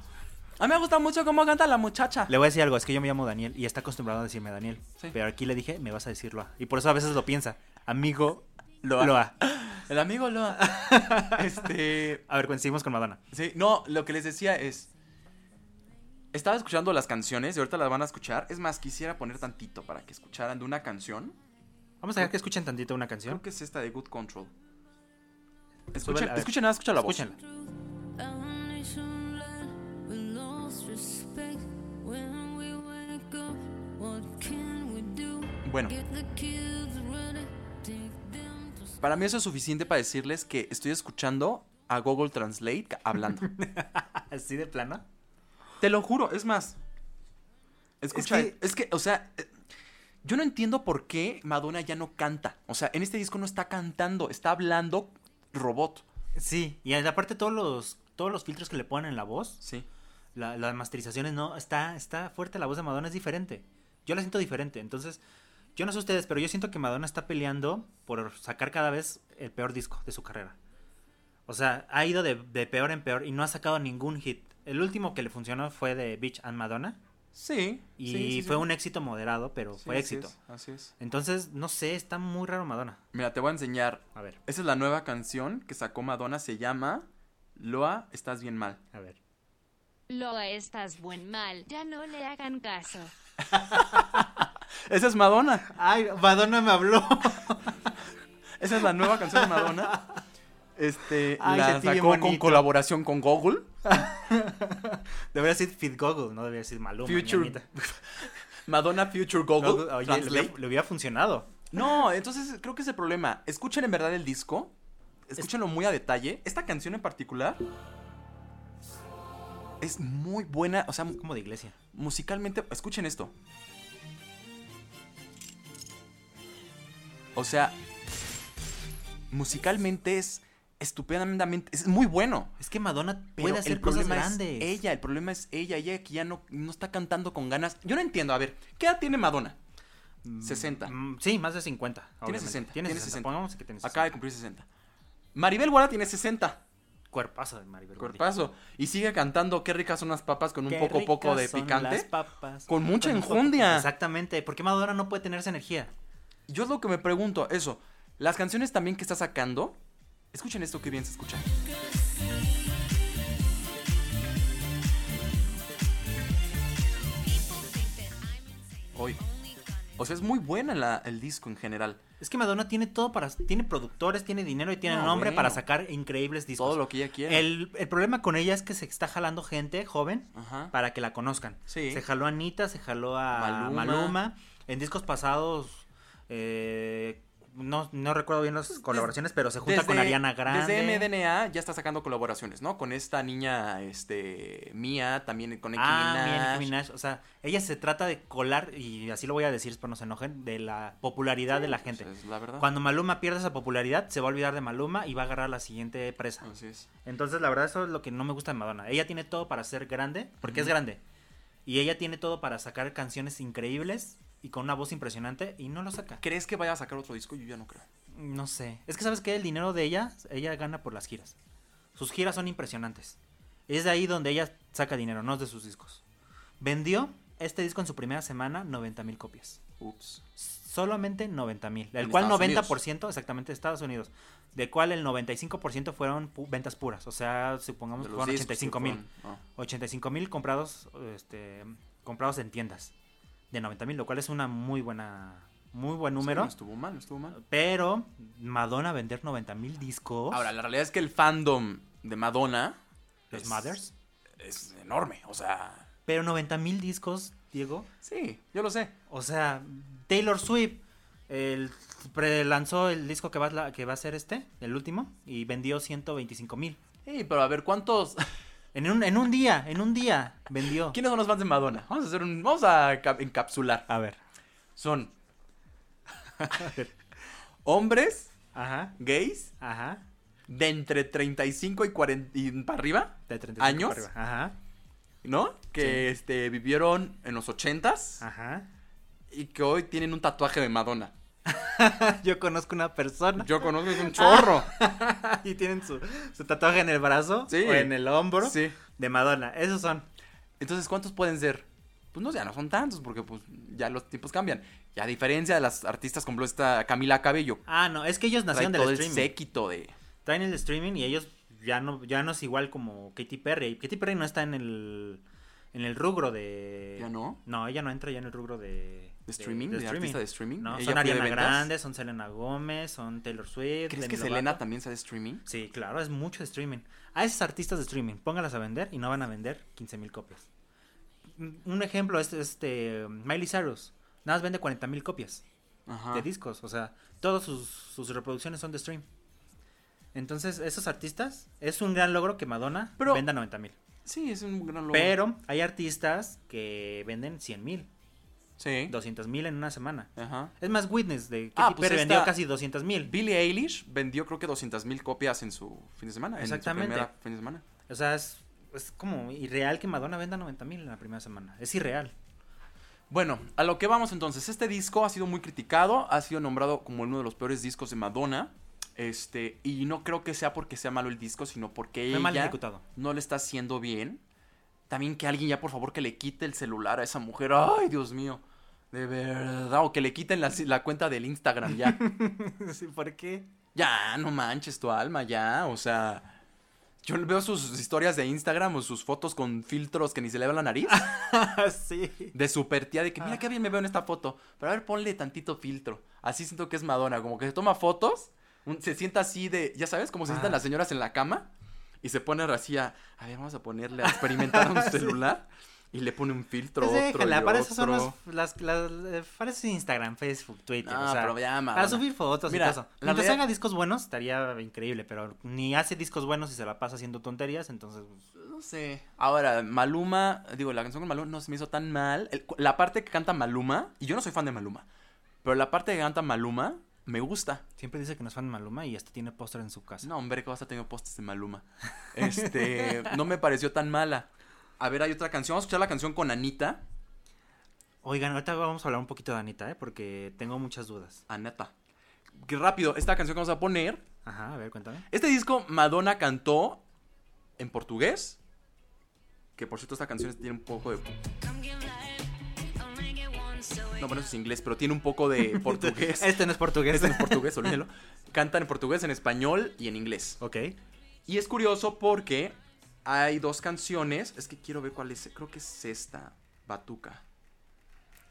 S1: A mí me gusta mucho cómo canta la muchacha.
S2: Le voy a decir algo, es que yo me llamo Daniel y está acostumbrado a decirme Daniel.
S1: Sí.
S2: Pero aquí le dije, me vas a decirlo A. Y por eso a veces lo piensa. Amigo
S1: Loa.
S2: Loa.
S1: El amigo Loa. Este.
S2: A ver, coincidimos con Madonna.
S1: Sí, no, lo que les decía es. Estaba escuchando las canciones y ahorita las van a escuchar. Es más, quisiera poner tantito para que escucharan de una canción.
S2: Vamos a dejar que escuchen tantito una canción.
S1: Creo que es esta de Good Control.
S2: Súbela, a
S1: Escuchen,
S2: ver.
S1: escuchen nada, escucha la voz.
S2: Escúchenla.
S3: Foundation land with lost respect. When we wake up, what can we do?
S1: Bueno,
S3: Get the kids ready, take them to school.
S1: para mí eso es suficiente para decirles que estoy escuchando a Google Translate ca- hablando.
S2: Así de plano.
S1: Te lo juro, es más. Escucha, es
S2: Es
S1: que, o sea, eh, Yo no entiendo por qué Madonna ya no canta. O sea, en este disco no está cantando, está hablando robot.
S2: Sí, y aparte todos los, todos los filtros que le ponen en la voz,
S1: Sí.
S2: la- las masterizaciones, no, está, está fuerte la voz de Madonna, es diferente. Yo la siento diferente. Entonces, yo no sé ustedes, pero yo siento que Madonna está peleando por sacar cada vez el peor disco de su carrera. O sea, ha ido de, de peor en peor y no ha sacado ningún hit. El último que le funcionó fue de Beach and Madonna.
S1: Sí.
S2: Y
S1: sí, sí,
S2: fue
S1: sí.
S2: un éxito moderado, pero
S1: Sí,
S2: fue
S1: así
S2: éxito.
S1: es, así es.
S2: Entonces, no sé, está muy raro Madonna.
S1: Mira, te voy a enseñar.
S2: A ver,
S1: Esa es la nueva canción que sacó Madonna. Se llama Loa, estás bien mal.
S2: a ver.
S4: Loa, estás buen mal. Ya no le hagan caso.
S1: Esa es Madonna.
S2: Ay, Madonna me habló.
S1: Esa es la nueva canción de Madonna. Este,
S2: Ay,
S1: la
S2: sentí bien
S1: sacó con
S2: bonito.
S1: colaboración con Google.
S2: Debería decir Fit Google, no debería decir Maluma.
S1: Future
S2: ñañita.
S1: Madonna Future Google.
S2: Google, Oye, le
S1: Translate.
S2: hubiera, le hubiera funcionado.
S1: No, entonces creo que es el problema. Escuchen en verdad el disco. Escúchenlo muy a detalle. Esta canción en particular es muy buena. O sea,
S2: Es como de iglesia.
S1: musicalmente. Escuchen esto. O sea, musicalmente es estupendamente. Es muy bueno.
S2: Es que Madonna
S1: Pero
S2: puede hacer
S1: el
S2: cosas
S1: problema es
S2: grandes.
S1: ella, el problema es ella, ella que ya no, no está cantando con ganas. Yo no entiendo, a ver, ¿qué edad tiene Madonna? 60.
S2: Mm, Sí, más de 50.
S1: Tiene
S2: obviamente.
S1: 60,
S2: Tiene
S1: tiene
S2: 60.
S1: 60.
S2: Pongamos que tiene 60.
S1: Acaba de cumplir 60. Maribel Guarda tiene 60,
S2: Cuerpazo de Maribel. Gordi.
S1: cuerpazo, y sigue cantando qué ricas son las papas con un
S2: Qué
S1: poco poco
S2: ricas
S1: de
S2: son las
S1: picante.
S2: papas.
S1: Con mucha
S2: un poco-
S1: enjundia.
S2: Exactamente. ¿Por qué Madonna no puede tener esa energía?
S1: Yo es lo que me pregunto, eso, las canciones también que está sacando, escuchen esto que bien se escucha. Hoy. O sea, es muy buena la- el disco en general.
S2: Es que Madonna tiene todo para. Tiene productores, tiene dinero y tiene
S1: No,
S2: nombre
S1: bueno.
S2: para sacar increíbles discos.
S1: Todo lo que ella quiera.
S2: el, el problema con ella es que se está jalando gente joven
S1: Ajá.
S2: para que la conozcan.
S1: Sí.
S2: Se jaló a Anita, se jaló a
S1: Maluma.
S2: Maluma. En discos pasados, eh, no, no recuerdo bien las colaboraciones, pero se junta con Ariana Grande.
S1: Pues, Desde MDNA ya está sacando colaboraciones, ¿no? Con esta niña, este, Mía, también con Nicki
S2: Ah, bien,
S1: Minaj.
S2: Nicki Minaj. O sea, ella se trata de colar, y así lo voy a decir, espero no se enojen, de la popularidad de la gente.
S1: Pues es la verdad.
S2: Cuando Maluma pierde esa popularidad, se va a olvidar de Maluma y va a agarrar la siguiente presa.
S1: Así es.
S2: Entonces, la verdad, eso es lo que no me gusta de Madonna. Ella tiene todo para ser grande, porque es grande. Y ella tiene todo para sacar canciones increíbles y con una voz impresionante y no lo saca.
S1: ¿Crees que vaya a sacar otro disco? Yo ya no creo.
S2: No sé. Es que sabes que el dinero de ella, ella gana por las giras. Sus giras son impresionantes. Es de ahí donde ella saca dinero, no es de sus discos. Vendió este disco en su primera semana 90 mil copias.
S1: Ups.
S2: Solamente 90 mil.
S1: En
S2: El cual
S1: Estados
S2: 90%, exactamente, de Estados Unidos. Del cual el 95% fueron pu- ventas puras. O sea, supongamos
S1: De
S2: que
S1: los
S2: fueron
S1: discos que
S2: 85 mil.
S1: fueron,
S2: 85 mil comprados, este, comprados en tiendas. De 90 mil, lo cual es una muy buena, muy buen
S1: no.
S2: número.
S1: Sí, no estuvo mal, no estuvo mal.
S2: Pero Madonna vender 90 mil discos.
S1: Ahora, la realidad es que el fandom de Madonna.
S2: los
S1: es-
S2: Mothers.
S1: Es enorme, o sea.
S2: Pero 90 mil discos, Diego.
S1: Sí, yo lo sé.
S2: O sea, Taylor Swift el, pre- lanzó el disco que va, a la- que va a ser este, el último, y vendió 125 mil.
S1: Sí, pero a ver, ¿cuántos.
S2: En un, en un día, en un día vendió.
S1: ¿Quiénes son los fans de Madonna? Vamos a hacer un. Vamos a ca- encapsular.
S2: A ver.
S1: Son. Hombres,
S2: Ajá,
S1: gays,
S2: ajá.
S1: de entre 35 y 40 y para arriba,
S2: De 35
S1: ¿Años?
S2: para arriba. Ajá,
S1: ¿no? Que este, vivieron en los 80s
S2: ajá.
S1: y que hoy tienen un tatuaje de Madonna.
S2: Yo conozco una persona
S1: Yo conozco un chorro.
S2: Ah, y tienen su, su tatuaje en el brazo
S1: Sí.
S2: o en el hombro
S1: Sí.
S2: de Madonna. Esos son.
S1: Entonces, ¿cuántos pueden ser? Pues no, ya no son tantos, porque pues ya los tiempos cambian. Y a diferencia de las artistas como esta Camila Cabello,
S2: Ah, no, es que ellos
S1: trae
S2: nacieron del
S1: todo el
S2: streaming.
S1: séquito de...
S2: Traen el streaming y ellos ya no, ya no es igual como Katy Perry. Katy Perry no está en el, en el rubro de...
S1: ¿Ya no?
S2: No, ella no entra ya en el rubro de...
S1: ¿De streaming? ¿De artista de streaming?
S2: No,
S1: ¿Ella
S2: son
S1: fue de
S2: Ariana
S1: ventas?
S2: Grande, son Selena Gómez, son Taylor Swift.
S1: ¿Crees
S2: Demi
S1: que
S2: Lovato.
S1: Selena también sea de streaming?
S2: Sí, claro, es mucho de streaming. A esos artistas de streaming, póngalas a vender y no van a vender 15 mil copias. Un un ejemplo es este Miley Cyrus. Nada más vende 40 mil copias
S1: Ajá.
S2: de discos. O sea, todas sus, sus reproducciones son de stream. Entonces, esos artistas, es un gran logro que Madonna
S1: Pero-
S2: venda 90 mil.
S1: Sí, es un gran logro.
S2: Pero hay artistas que venden 100 mil.
S1: Sí.
S2: 200 mil en una semana.
S1: Ajá.
S2: Es más, Witness de Katy
S1: Ah, pues
S2: Perry vendió
S1: esta-
S2: casi 200 mil.
S1: Billie Eilish vendió creo que 200 mil copias en su fin de semana. En
S2: Exactamente.
S1: su primera fin de semana.
S2: O sea, es, es como irreal que Madonna venda 90 mil en la primera semana. Es irreal.
S1: Bueno, a lo que vamos entonces. Este disco ha sido muy criticado, ha sido nombrado como uno de los peores discos de Madonna. Este, y no creo que sea porque sea malo el disco, sino porque
S2: Fue mal
S1: ella
S2: ejecutado.
S1: no le está haciendo bien. También que alguien ya, por favor, que le quite el celular a esa mujer. Ay, Dios mío. De verdad. O que le quiten la, la cuenta del Instagram ya.
S2: Sí, ¿Por qué?
S1: Ya, no manches tu alma, ya, o sea. Yo veo sus historias de Instagram o sus fotos con filtros que ni se le ve la nariz.
S2: Ah, sí.
S1: De super tía, de que
S2: Ah.
S1: mira qué bien me veo en esta foto. Pero a ver, ponle tantito filtro. Así siento que es Madonna, como que se toma fotos, un- se sienta así de, ya sabes, como se sientan
S2: Ah.
S1: las señoras en la cama y se pone así a, a ver, vamos a ponerle a experimentar un celular y le pone un filtro,
S2: Pues
S1: otro.
S2: déjala,
S1: y
S2: para eso son
S1: otro.
S2: las, las, las- eh, para eso es Instagram, Facebook, Twitter,
S1: No,
S2: o sea,
S1: pero ya, Madonna.
S2: para subir fotos
S1: Mira,
S2: y todo eso.
S1: la
S2: Mientras
S1: realidad-
S2: haga discos buenos, estaría increíble, pero ni hace discos buenos y se la pasa haciendo tonterías, entonces... pues,
S1: No sé. Ahora, Maluma, digo, la canción con Maluma no se me hizo tan mal. El- la parte que canta Maluma, y yo no soy fan de Maluma, pero la parte que canta Maluma me gusta.
S2: siempre dice que no es fan de Maluma y hasta tiene póster en su casa.
S1: No, hombre, que vas a tener postes de Maluma. Este, no me pareció tan mala. A ver, hay otra canción. Vamos a escuchar la canción con Anita.
S2: Oigan, ahorita vamos a hablar un poquito de Anita, ¿eh? porque tengo muchas dudas.
S1: Anata. Qué rápido, esta canción que vamos a poner.
S2: Ajá, a ver, cuéntame.
S1: Este disco Madonna cantó en portugués. Que por cierto, esta canción tiene un poco de. No, bueno, eso es inglés, pero tiene un poco de portugués.
S2: Este no es portugués.
S1: Pues, Este no es portugués, olvídelo. Cantan en portugués, en español y en inglés.
S2: ok.
S1: Y es curioso porque hay dos canciones. Es que quiero ver cuál es. Creo que es esta, Batuca.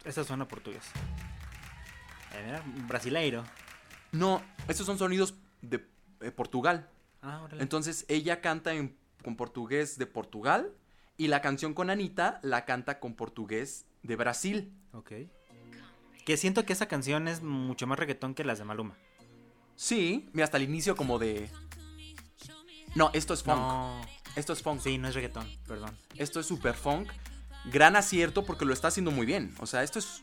S2: Esta suena a portugués. Eh, mira, brasileiro.
S1: No, estos son sonidos de eh, Portugal.
S2: Ah, órale.
S1: Entonces ella canta en- con portugués de Portugal y la canción con Anita la canta con portugués de Brasil.
S2: ok. Que siento que esa canción es mucho más reggaetón que las de Maluma.
S1: Sí, mira, hasta el inicio como de... No, esto es funk.
S2: No.
S1: Esto es funk.
S2: Sí, no es reggaetón, perdón.
S1: Esto es super funk. Gran acierto porque lo está haciendo muy bien. O sea, esto es...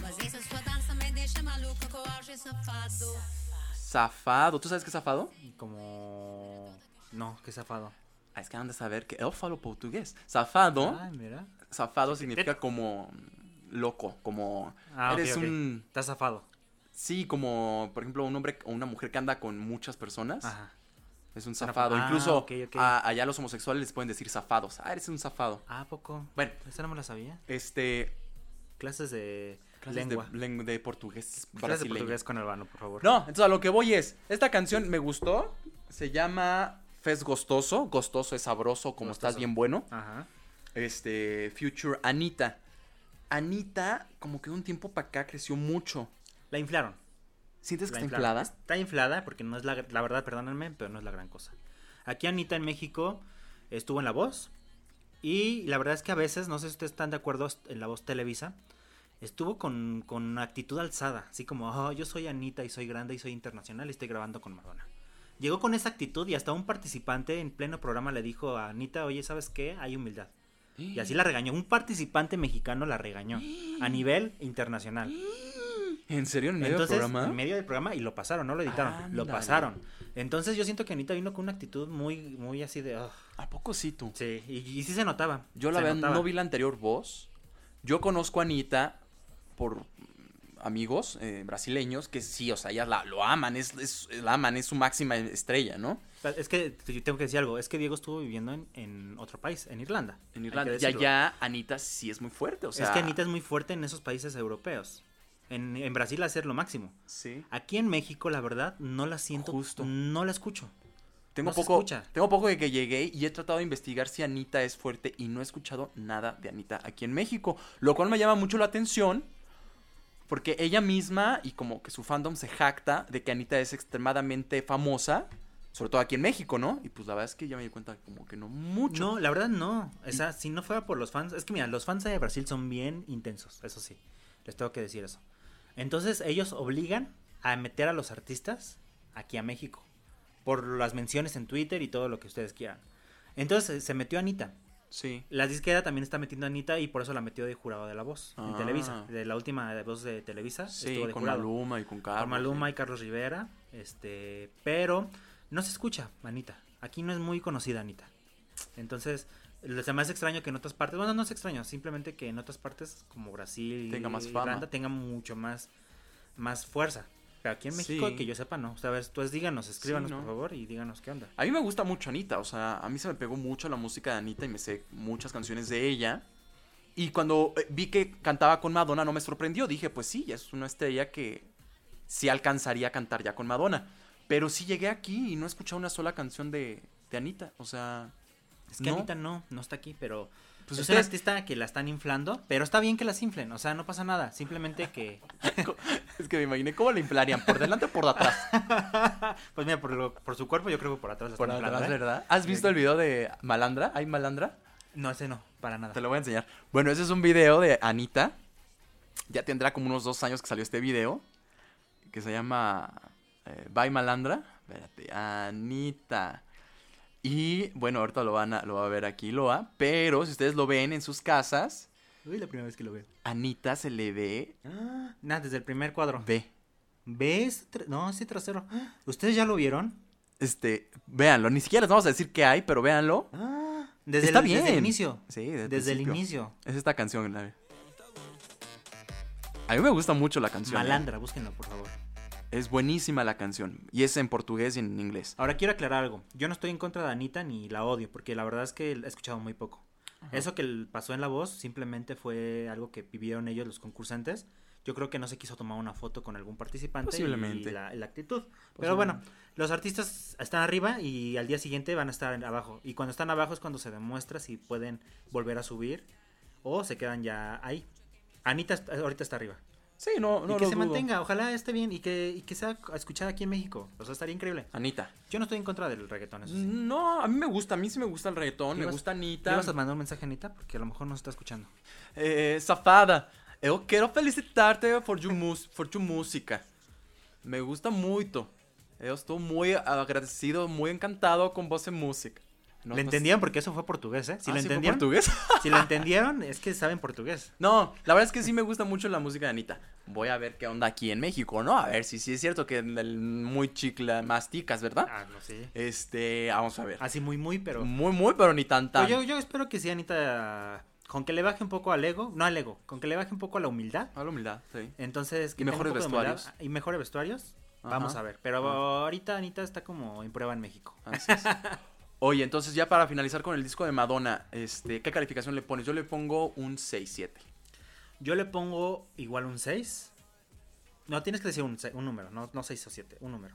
S3: Mas essa sua dança me deixa maluca com o auge safado.
S1: Zafado. ¿Tú sabes qué es zafado?
S2: Como... No, qué zafado.
S1: Ah, es que han de saber que yo falo portugués. Zafado,
S2: Ay, mira.
S1: zafado significa como loco, como
S2: Ah, ok,
S1: eres
S2: ok.
S1: un
S2: Está zafado.
S1: sí, como por ejemplo un hombre o una mujer que anda con muchas personas,
S2: Ajá.
S1: es un
S2: Suena-
S1: zafado.
S2: ah,
S1: Incluso
S2: ok, ok.
S1: a- allá los homosexuales les pueden decir zafados. Ah, eres un zafado.
S2: Ah, ¿a poco.
S1: Bueno,
S2: Esa no me la sabía.
S1: este
S2: Clases de
S1: clases de
S2: lengua.
S1: lengua- de, portugués
S2: Clases de
S1: brasileño.
S2: portugués con Albano, por favor.
S1: No, entonces a lo que voy es, esta canción me gustó, se llama Fez Gostoso, gostoso es sabroso, como estás
S2: Gostoso.
S1: bien bueno.
S2: Ajá.
S1: este Future Anita. Anita, como que de un tiempo para acá creció mucho.
S2: La inflaron.
S1: ¿Sientes que está
S2: La inflaron.
S1: inflada?
S2: Está inflada porque no es la, la verdad, perdónenme, pero no es la gran cosa. Aquí Anita en México estuvo en La Voz y la verdad es que a veces, no sé si ustedes están de acuerdo, est- en La Voz Televisa, estuvo con, con una actitud alzada, así como, "Oh, yo soy Anita y soy grande y soy internacional y estoy grabando con Madonna. Llegó con esa actitud y hasta un participante en pleno programa le dijo a Anita, oye, ¿sabes qué? Hay humildad. Y así la regañó. Un participante mexicano la regañó a nivel internacional.
S1: ¿En serio? ¿En medio del
S2: Entonces,
S1: programa?
S2: en medio del programa y lo pasaron, no lo editaron, lo
S1: Ándale.
S2: pasaron. Entonces yo siento que Anita vino con una actitud muy, muy así de... "Ugh".
S1: ¿A poco sí tú?
S2: Sí, y, y sí se notaba.
S1: Yo la
S2: se
S1: verdad
S2: notaba.
S1: no vi la anterior voz. Yo conozco a Anita por mm, amigos eh, brasileños que sí, o sea, ellas la, lo aman, es, es- la aman, es su máxima estrella, ¿no?
S2: Es que te- yo tengo que decir algo, es que Diego estuvo viviendo en, en otro país, en Irlanda.
S1: En
S2: hay
S1: Irlanda.
S2: que
S1: Y
S2: decirlo.
S1: allá Anita sí es muy fuerte, o sea.
S2: es que Anita es muy fuerte en esos países europeos. En, en Brasil hacer lo máximo.
S1: Sí.
S2: Aquí en México, la verdad, no la siento.
S1: Justo.
S2: No la escucho.
S1: Tengo
S2: No se
S1: poco,
S2: escucha.
S1: tengo poco de que llegué y he tratado de investigar si Anita es fuerte y no he escuchado nada de Anita aquí en México, lo cual me llama mucho la atención porque ella misma y como que su fandom se jacta de que Anita es extremadamente famosa, sobre todo aquí en México, ¿no? Y pues la verdad es que ya me di cuenta como que no mucho.
S2: No, la verdad no. O sea, si no fuera por los fans. Es que mira, los fans de Brasil son bien intensos, eso sí. Les tengo que decir eso. Entonces, ellos obligan a meter a los artistas aquí a México. Por las menciones en Twitter y todo lo que ustedes quieran. Entonces, se metió Anita.
S1: Sí.
S2: La disquera también está metiendo a Anita y por eso la metió de jurado de la voz en
S1: Ah.
S2: Televisa. De la última de voz de Televisa.
S1: Sí,
S2: estuvo de
S1: con
S2: jurado.
S1: Maluma y con Carlos.
S2: Con Maluma
S1: sí.
S2: y Carlos Rivera. Este, pero no se escucha, Anita. Aquí no es muy conocida, Anita. Entonces, lo- se me hace extraño que en otras partes, bueno, no es extraño, simplemente que en otras partes como Brasil
S1: Tenga más
S2: y
S1: fama.
S2: Irlanda tenga mucho más, más fuerza. Pero aquí en México,
S1: Sí.
S2: que yo sepa, no. O sea, a ver, pues díganos, escríbanos,
S1: ¿no?
S2: por favor, y díganos qué onda.
S1: A mí me gusta mucho Anita, o sea, a mí se me pegó mucho la música de Anita y me sé muchas canciones de ella. Y cuando eh, vi que cantaba con Madonna no me sorprendió, dije, pues sí, ya es una estrella que sí alcanzaría a cantar ya con Madonna. Pero sí llegué aquí y no he escuchado una sola canción de, de Anita, o sea,
S2: Es que
S1: No.
S2: Anita no, no está aquí, pero
S1: pues
S2: es una
S1: ustedes...
S2: artista que la están inflando, pero está bien que las inflen, o sea, no pasa nada, simplemente que...
S1: Es que me imaginé cómo la inflarían, por delante o por atrás.
S2: Pues mira, por, lo- por su cuerpo yo creo que por atrás la
S1: Por
S2: están inflando,
S1: atrás,
S2: ¿eh?
S1: ¿verdad? ¿Has
S2: Sí.
S1: visto el video de Malandra? ¿Hay Malandra?
S2: No, ese no, para nada.
S1: Te lo voy a enseñar. Bueno, ese es un video de Anita. Ya tendrá como unos dos años que salió este video. Que se llama eh, Bye Malandra. Espérate, Anita. Y bueno, ahorita lo, van a, lo va a ver aquí Loa. Pero si ustedes lo ven en sus casas,
S2: Uy, la primera vez que lo veo.
S1: Anita se le ve.
S2: Ah, Nada, desde el primer cuadro.
S1: Ve.
S2: ¿Ves? No, ese trasero. ¡Ah! ¿Ustedes ya lo vieron?
S1: Este, véanlo. Ni siquiera les vamos a decir qué hay, pero véanlo.
S2: Desde,
S1: Está
S2: el,
S1: bien.
S2: desde el inicio.
S1: Sí, desde,
S2: Ah, Desde el
S1: principio.
S2: inicio.
S1: Es esta canción. la- A mí me gusta mucho la canción. ¿eh?
S2: Malandra, búsquenlo, por favor.
S1: Es buenísima la canción. Y es en portugués y en inglés.
S2: Ahora quiero aclarar algo. Yo no estoy en contra de Anita ni la odio, porque la verdad es que he escuchado muy poco. Eso que l- pasó en la voz simplemente fue algo que vivieron ellos, los concursantes. Yo creo que no se quiso tomar una foto con algún participante.
S1: Posiblemente.
S2: Y la, la actitud. Pero bueno, los artistas están arriba y al día siguiente van a estar en- abajo. Y cuando están abajo es cuando se demuestra si pueden volver a subir o se quedan ya ahí. Anita est- ahorita está arriba.
S1: Sí, no, Oh, no
S2: y que
S1: lo
S2: se
S1: dudo.
S2: mantenga, ojalá esté bien y que, y que sea escuchada aquí en México. O sea, estaría increíble.
S1: Anita.
S2: Yo no estoy en contra del reggaetón, eso sí.
S1: No, a mí me gusta, a mí sí me gusta el reggaetón,
S2: ¿Le
S1: me
S2: vas-
S1: gusta
S2: ¿Le
S1: Anita.
S2: vas a mandar un mensaje a Anita? Porque a lo mejor no se está escuchando.
S1: Eh, zafada, yo quiero felicitarte por tu, mus- por tu música. Me gusta mucho. Yo estoy muy agradecido, muy encantado con vos en música. No,
S2: ¿Le
S1: pues-
S2: entendían? Porque eso fue portugués, ¿eh? Si
S1: Ah,
S2: lo
S1: ¿sí fue
S2: entendieron,
S1: portugués?
S2: si lo entendieron, es que saben portugués.
S1: No, la verdad es que sí me gusta mucho la música de Anita. Voy a ver qué onda aquí en México, ¿no? A ver si sí es cierto que el muy chicla masticas, ¿verdad?
S2: Ah, no sé.
S1: Este, vamos a ver.
S2: Así muy, muy, pero...
S1: Muy, muy, pero ni tan tan.
S2: Pues yo, yo espero que sí, Anita, con que le baje un poco al ego, no al ego, con que le baje un poco a la humildad.
S1: A la humildad, sí.
S2: Entonces,
S1: Y
S2: que tenga un
S1: mejores
S2: poco de humildad
S1: vestuarios.
S2: Y mejores vestuarios.
S1: Ajá.
S2: Vamos a ver. Pero
S1: Ajá.
S2: ahorita Anita está como en prueba en México.
S1: Así es. Oye, entonces ya para finalizar con el disco de Madonna, este, ¿qué calificación le pones? Yo le pongo un 6-7.
S2: Yo le pongo igual un 6. No, tienes que decir un, se- un número, no, no 6 o 7, un número.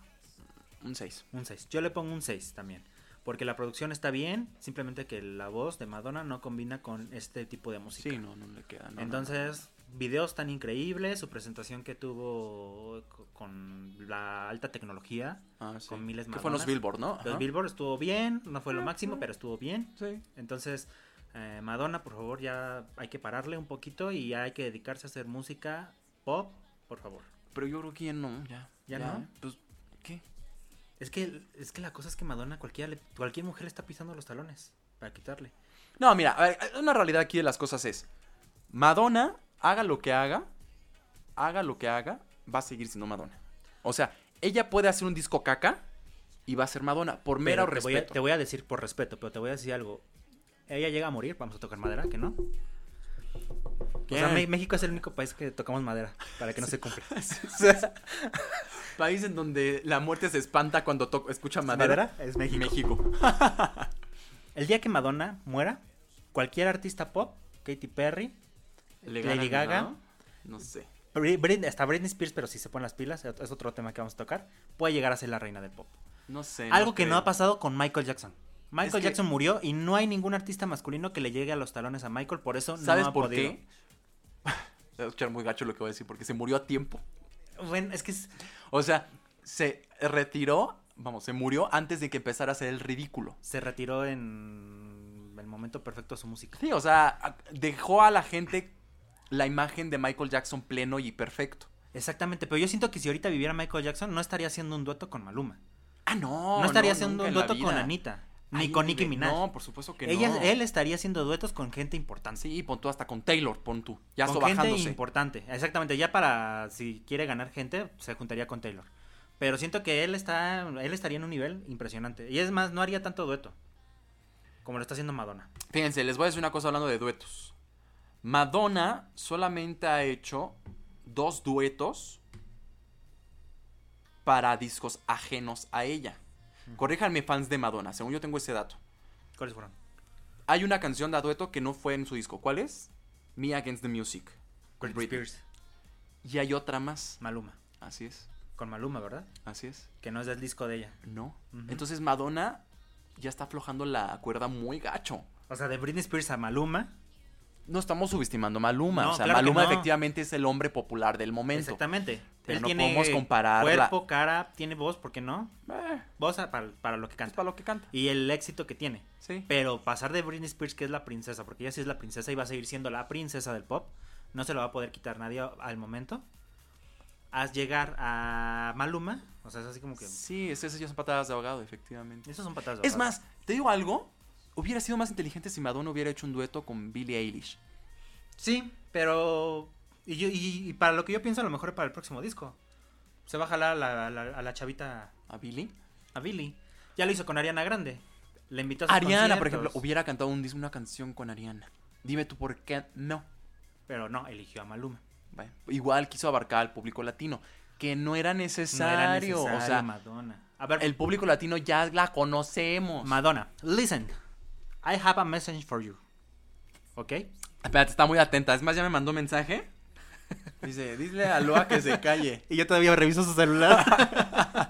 S1: Un 6.
S2: Un 6. Yo le pongo un 6 también. Porque la producción está bien, simplemente que la voz de Madonna no combina con este tipo de música.
S1: Sí, no, no le queda. no, no, no.
S2: Entonces, videos tan increíbles, su presentación que tuvo co- con la alta tecnología,
S1: Ah, sí.
S2: con miles
S1: Que fueron los
S2: Madonas.
S1: Billboard, ¿no? Ajá. Ah,
S2: Los Billboard estuvo bien, no fue lo máximo, pero estuvo bien.
S1: Sí.
S2: Entonces, eh, Madonna, por favor, ya hay que pararle un poquito y ya hay que dedicarse a hacer música pop, por favor.
S1: Pero yo creo que ya no, ya.
S2: ¿Ya no?
S1: Pues, ¿qué?
S2: Es que, es que la cosa es que Madonna, cualquiera le- cualquier mujer le está pisando los talones para quitarle.
S1: No, mira, a ver, una realidad aquí de las cosas es, Madonna, haga lo que haga, haga lo que haga, va a seguir siendo Madonna. O sea, ella puede hacer un disco caca y va a ser Madonna, por mero
S2: Pero te voy a-
S1: respeto.
S2: te voy a decir por respeto, pero te voy a decir algo. Ella llega a morir, vamos a tocar madera, que no. O sea,
S1: Bien.
S2: Me- México es el único país que tocamos madera para que no se cumpla.
S1: País en donde la muerte se espanta cuando to- escucha madera.
S2: ¿Madera? Es México.
S1: México.
S2: El día que Madonna muera, cualquier artista pop, Katy Perry, Lady
S1: ganan,
S2: Gaga.
S1: ¿no? No sé.
S2: Bri- Britney- hasta Britney Spears, pero si se ponen las pilas, es otro tema que vamos a tocar, puede llegar a ser la reina del pop.
S1: No sé.
S2: Algo que no
S1: creo.
S2: ha pasado con Michael Jackson. Michael
S1: Es que-
S2: Jackson murió y no hay ningún artista masculino que le llegue a los talones a Michael, por eso
S1: ¿Sabes
S2: no ha
S1: por
S2: podido.
S1: qué? Se va a escuchar muy gacho lo que voy a decir, porque se murió a tiempo.
S2: Bueno, es que es-
S1: O sea, se retiró, vamos, se murió antes de que empezara a hacer el ridículo.
S2: se retiró en el momento perfecto de su música.
S1: Sí, o sea, a- dejó a la gente la imagen de Michael Jackson pleno y perfecto.
S2: Exactamente, pero yo siento que si ahorita viviera Michael Jackson, no estaría haciendo un dueto con Maluma.
S1: Ah, no.
S2: No, estaría
S1: nunca
S2: haciendo un
S1: en la
S2: dueto con
S1: vida.
S2: Anita. Ni
S1: Ahí
S2: con Nicki
S1: de-
S2: Minaj.
S1: No, por supuesto que
S2: Ella,
S1: no.
S2: Él estaría haciendo duetos con gente importante.
S1: Sí, pon tú hasta con Taylor, pon tú. Ya está
S2: con gente
S1: bajándose.
S2: importante. Exactamente, ya para si quiere ganar gente, se juntaría con Taylor. Pero siento que él está él estaría en un nivel impresionante. Y es más, no haría tanto dueto como lo está haciendo Madonna.
S1: Fíjense, les voy a decir una cosa hablando de duetos. Madonna solamente ha hecho dos duetos para discos ajenos a ella. Corríjanme fans de Madonna, según yo tengo ese dato.
S2: ¿Cuáles fueron?
S1: Hay una canción de dueto que no fue en su disco. ¿Cuál es? Me Against the Music. con
S2: Britney
S1: Britney.
S2: Spears,
S1: Y hay otra más.
S2: Maluma.
S1: Así es,
S2: Con Maluma, ¿verdad?
S1: así es.
S2: Que no es del disco de ella.
S1: No.
S2: Ujú.
S1: Entonces Madonna ya está aflojando la cuerda muy gacho.
S2: O sea, de Britney Spears a Maluma.
S1: No estamos subestimando a Maluma.
S2: No,
S1: o sea,
S2: claro que
S1: Maluma
S2: no.
S1: efectivamente es el hombre popular del momento.
S2: Exactamente.
S1: Pero
S2: él
S1: no
S2: tiene
S1: podemos compararla.
S2: cuerpo, cara, tiene voz, ¿por qué no?
S1: Eh,
S2: Voz a- para, para lo que
S1: es
S2: canta.
S1: para lo que canta.
S2: Y el éxito que tiene.
S1: Sí.
S2: Pero pasar de Britney Spears, que es la princesa, porque ella sí es la princesa y va a seguir siendo la princesa del pop, no se lo va a poder quitar nadie a- al momento. Haz llegar a Maluma, o sea, es así como que.
S1: Sí, es- esas ya son patadas de ahogado, efectivamente.
S2: Esos son patadas. de
S1: Es
S2: ahogado.
S1: más, te digo algo. Hubiera sido más inteligente si Madonna hubiera hecho un dueto con Billie Eilish.
S2: Sí, pero. Y, yo- y- y para lo que yo pienso, a lo mejor para el próximo disco. Se va a jalar a la, a la- a la chavita,
S1: ¿A Billie?
S2: a Billy. Ya lo hizo con Ariana Grande. Le invitó a sus
S1: Ariana, por ejemplo,
S2: conciertos,
S1: hubiera cantado un dis- una canción con Ariana. Dime tú por qué no.
S2: Pero no, eligió a Maluma.
S1: Bueno, igual quiso abarcar al público latino, que no era
S2: No era
S1: necesario.
S2: necesario,
S1: o sea,
S2: Madonna. A ver,
S1: el público latino ya la conocemos.
S2: Madonna, listen. I have a message for you. ¿Ok?
S1: Espérate, está muy atenta. Es más, ya me mandó mensaje. Dice, dile a Loa que se calle.
S2: Y yo todavía reviso su celular.